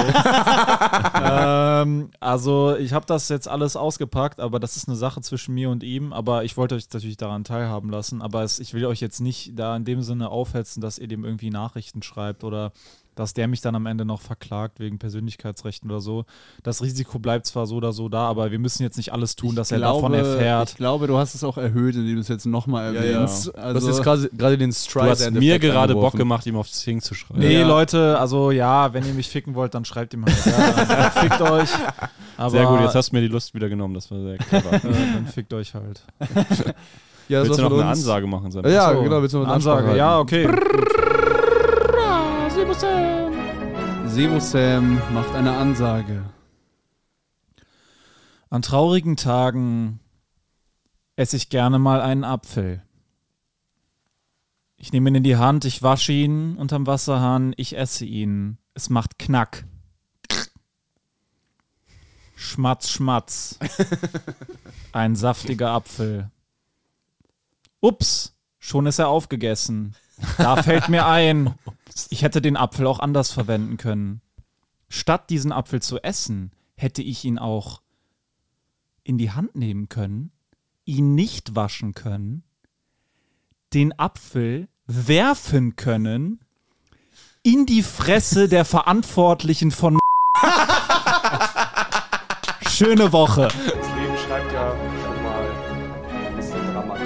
ähm, also, ich habe das jetzt alles ausgepackt, aber das ist eine Sache zwischen mir und ihm. Aber ich wollte euch natürlich daran teilhaben lassen. Aber es, ich will euch jetzt nicht da in dem Sinne aufhetzen, dass ihr dem irgendwie Nachrichten schreibt oder dass der mich dann am Ende noch verklagt wegen Persönlichkeitsrechten oder so. Das Risiko bleibt zwar so oder so da, aber wir müssen jetzt nicht alles tun, dass er davon Ich erfährt. glaube, du hast es auch erhöht, indem du es jetzt nochmal Ja, ja. erwähnst. Also, du hast jetzt quasi- gerade den Strike. Du hast mir gerade Bock gemacht, ihm auf Sing zu schreiben. Nee, Ja. Leute, also ja, wenn ihr mich ficken wollt, dann schreibt ihm halt. Ja, also, fickt euch. Aber Sehr gut, jetzt hast du mir die Lust wieder genommen, das war sehr clever. äh, dann fickt euch halt. Ja, das Willst du war's noch mit eine uns. Ansage machen? Sam? Ja, Achso, genau, willst du noch eine Ansprache Ansage? halten? Ja, okay. Sebo Sam macht eine Ansage. An traurigen Tagen esse ich gerne mal einen Apfel. Ich nehme ihn in die Hand, ich wasche ihn unterm Wasserhahn, ich esse ihn. Es macht Knack. Schmatz, schmatz. Ein saftiger Apfel. Ups, schon ist er aufgegessen. Da fällt mir ein, ich hätte den Apfel auch anders verwenden können. Statt diesen Apfel zu essen, hätte ich ihn auch in die Hand nehmen können, ihn nicht waschen können, den Apfel werfen können, in die Fresse der Verantwortlichen von. Schöne Woche. Das Leben schreibt ja schon mal ein bisschen dramatisch.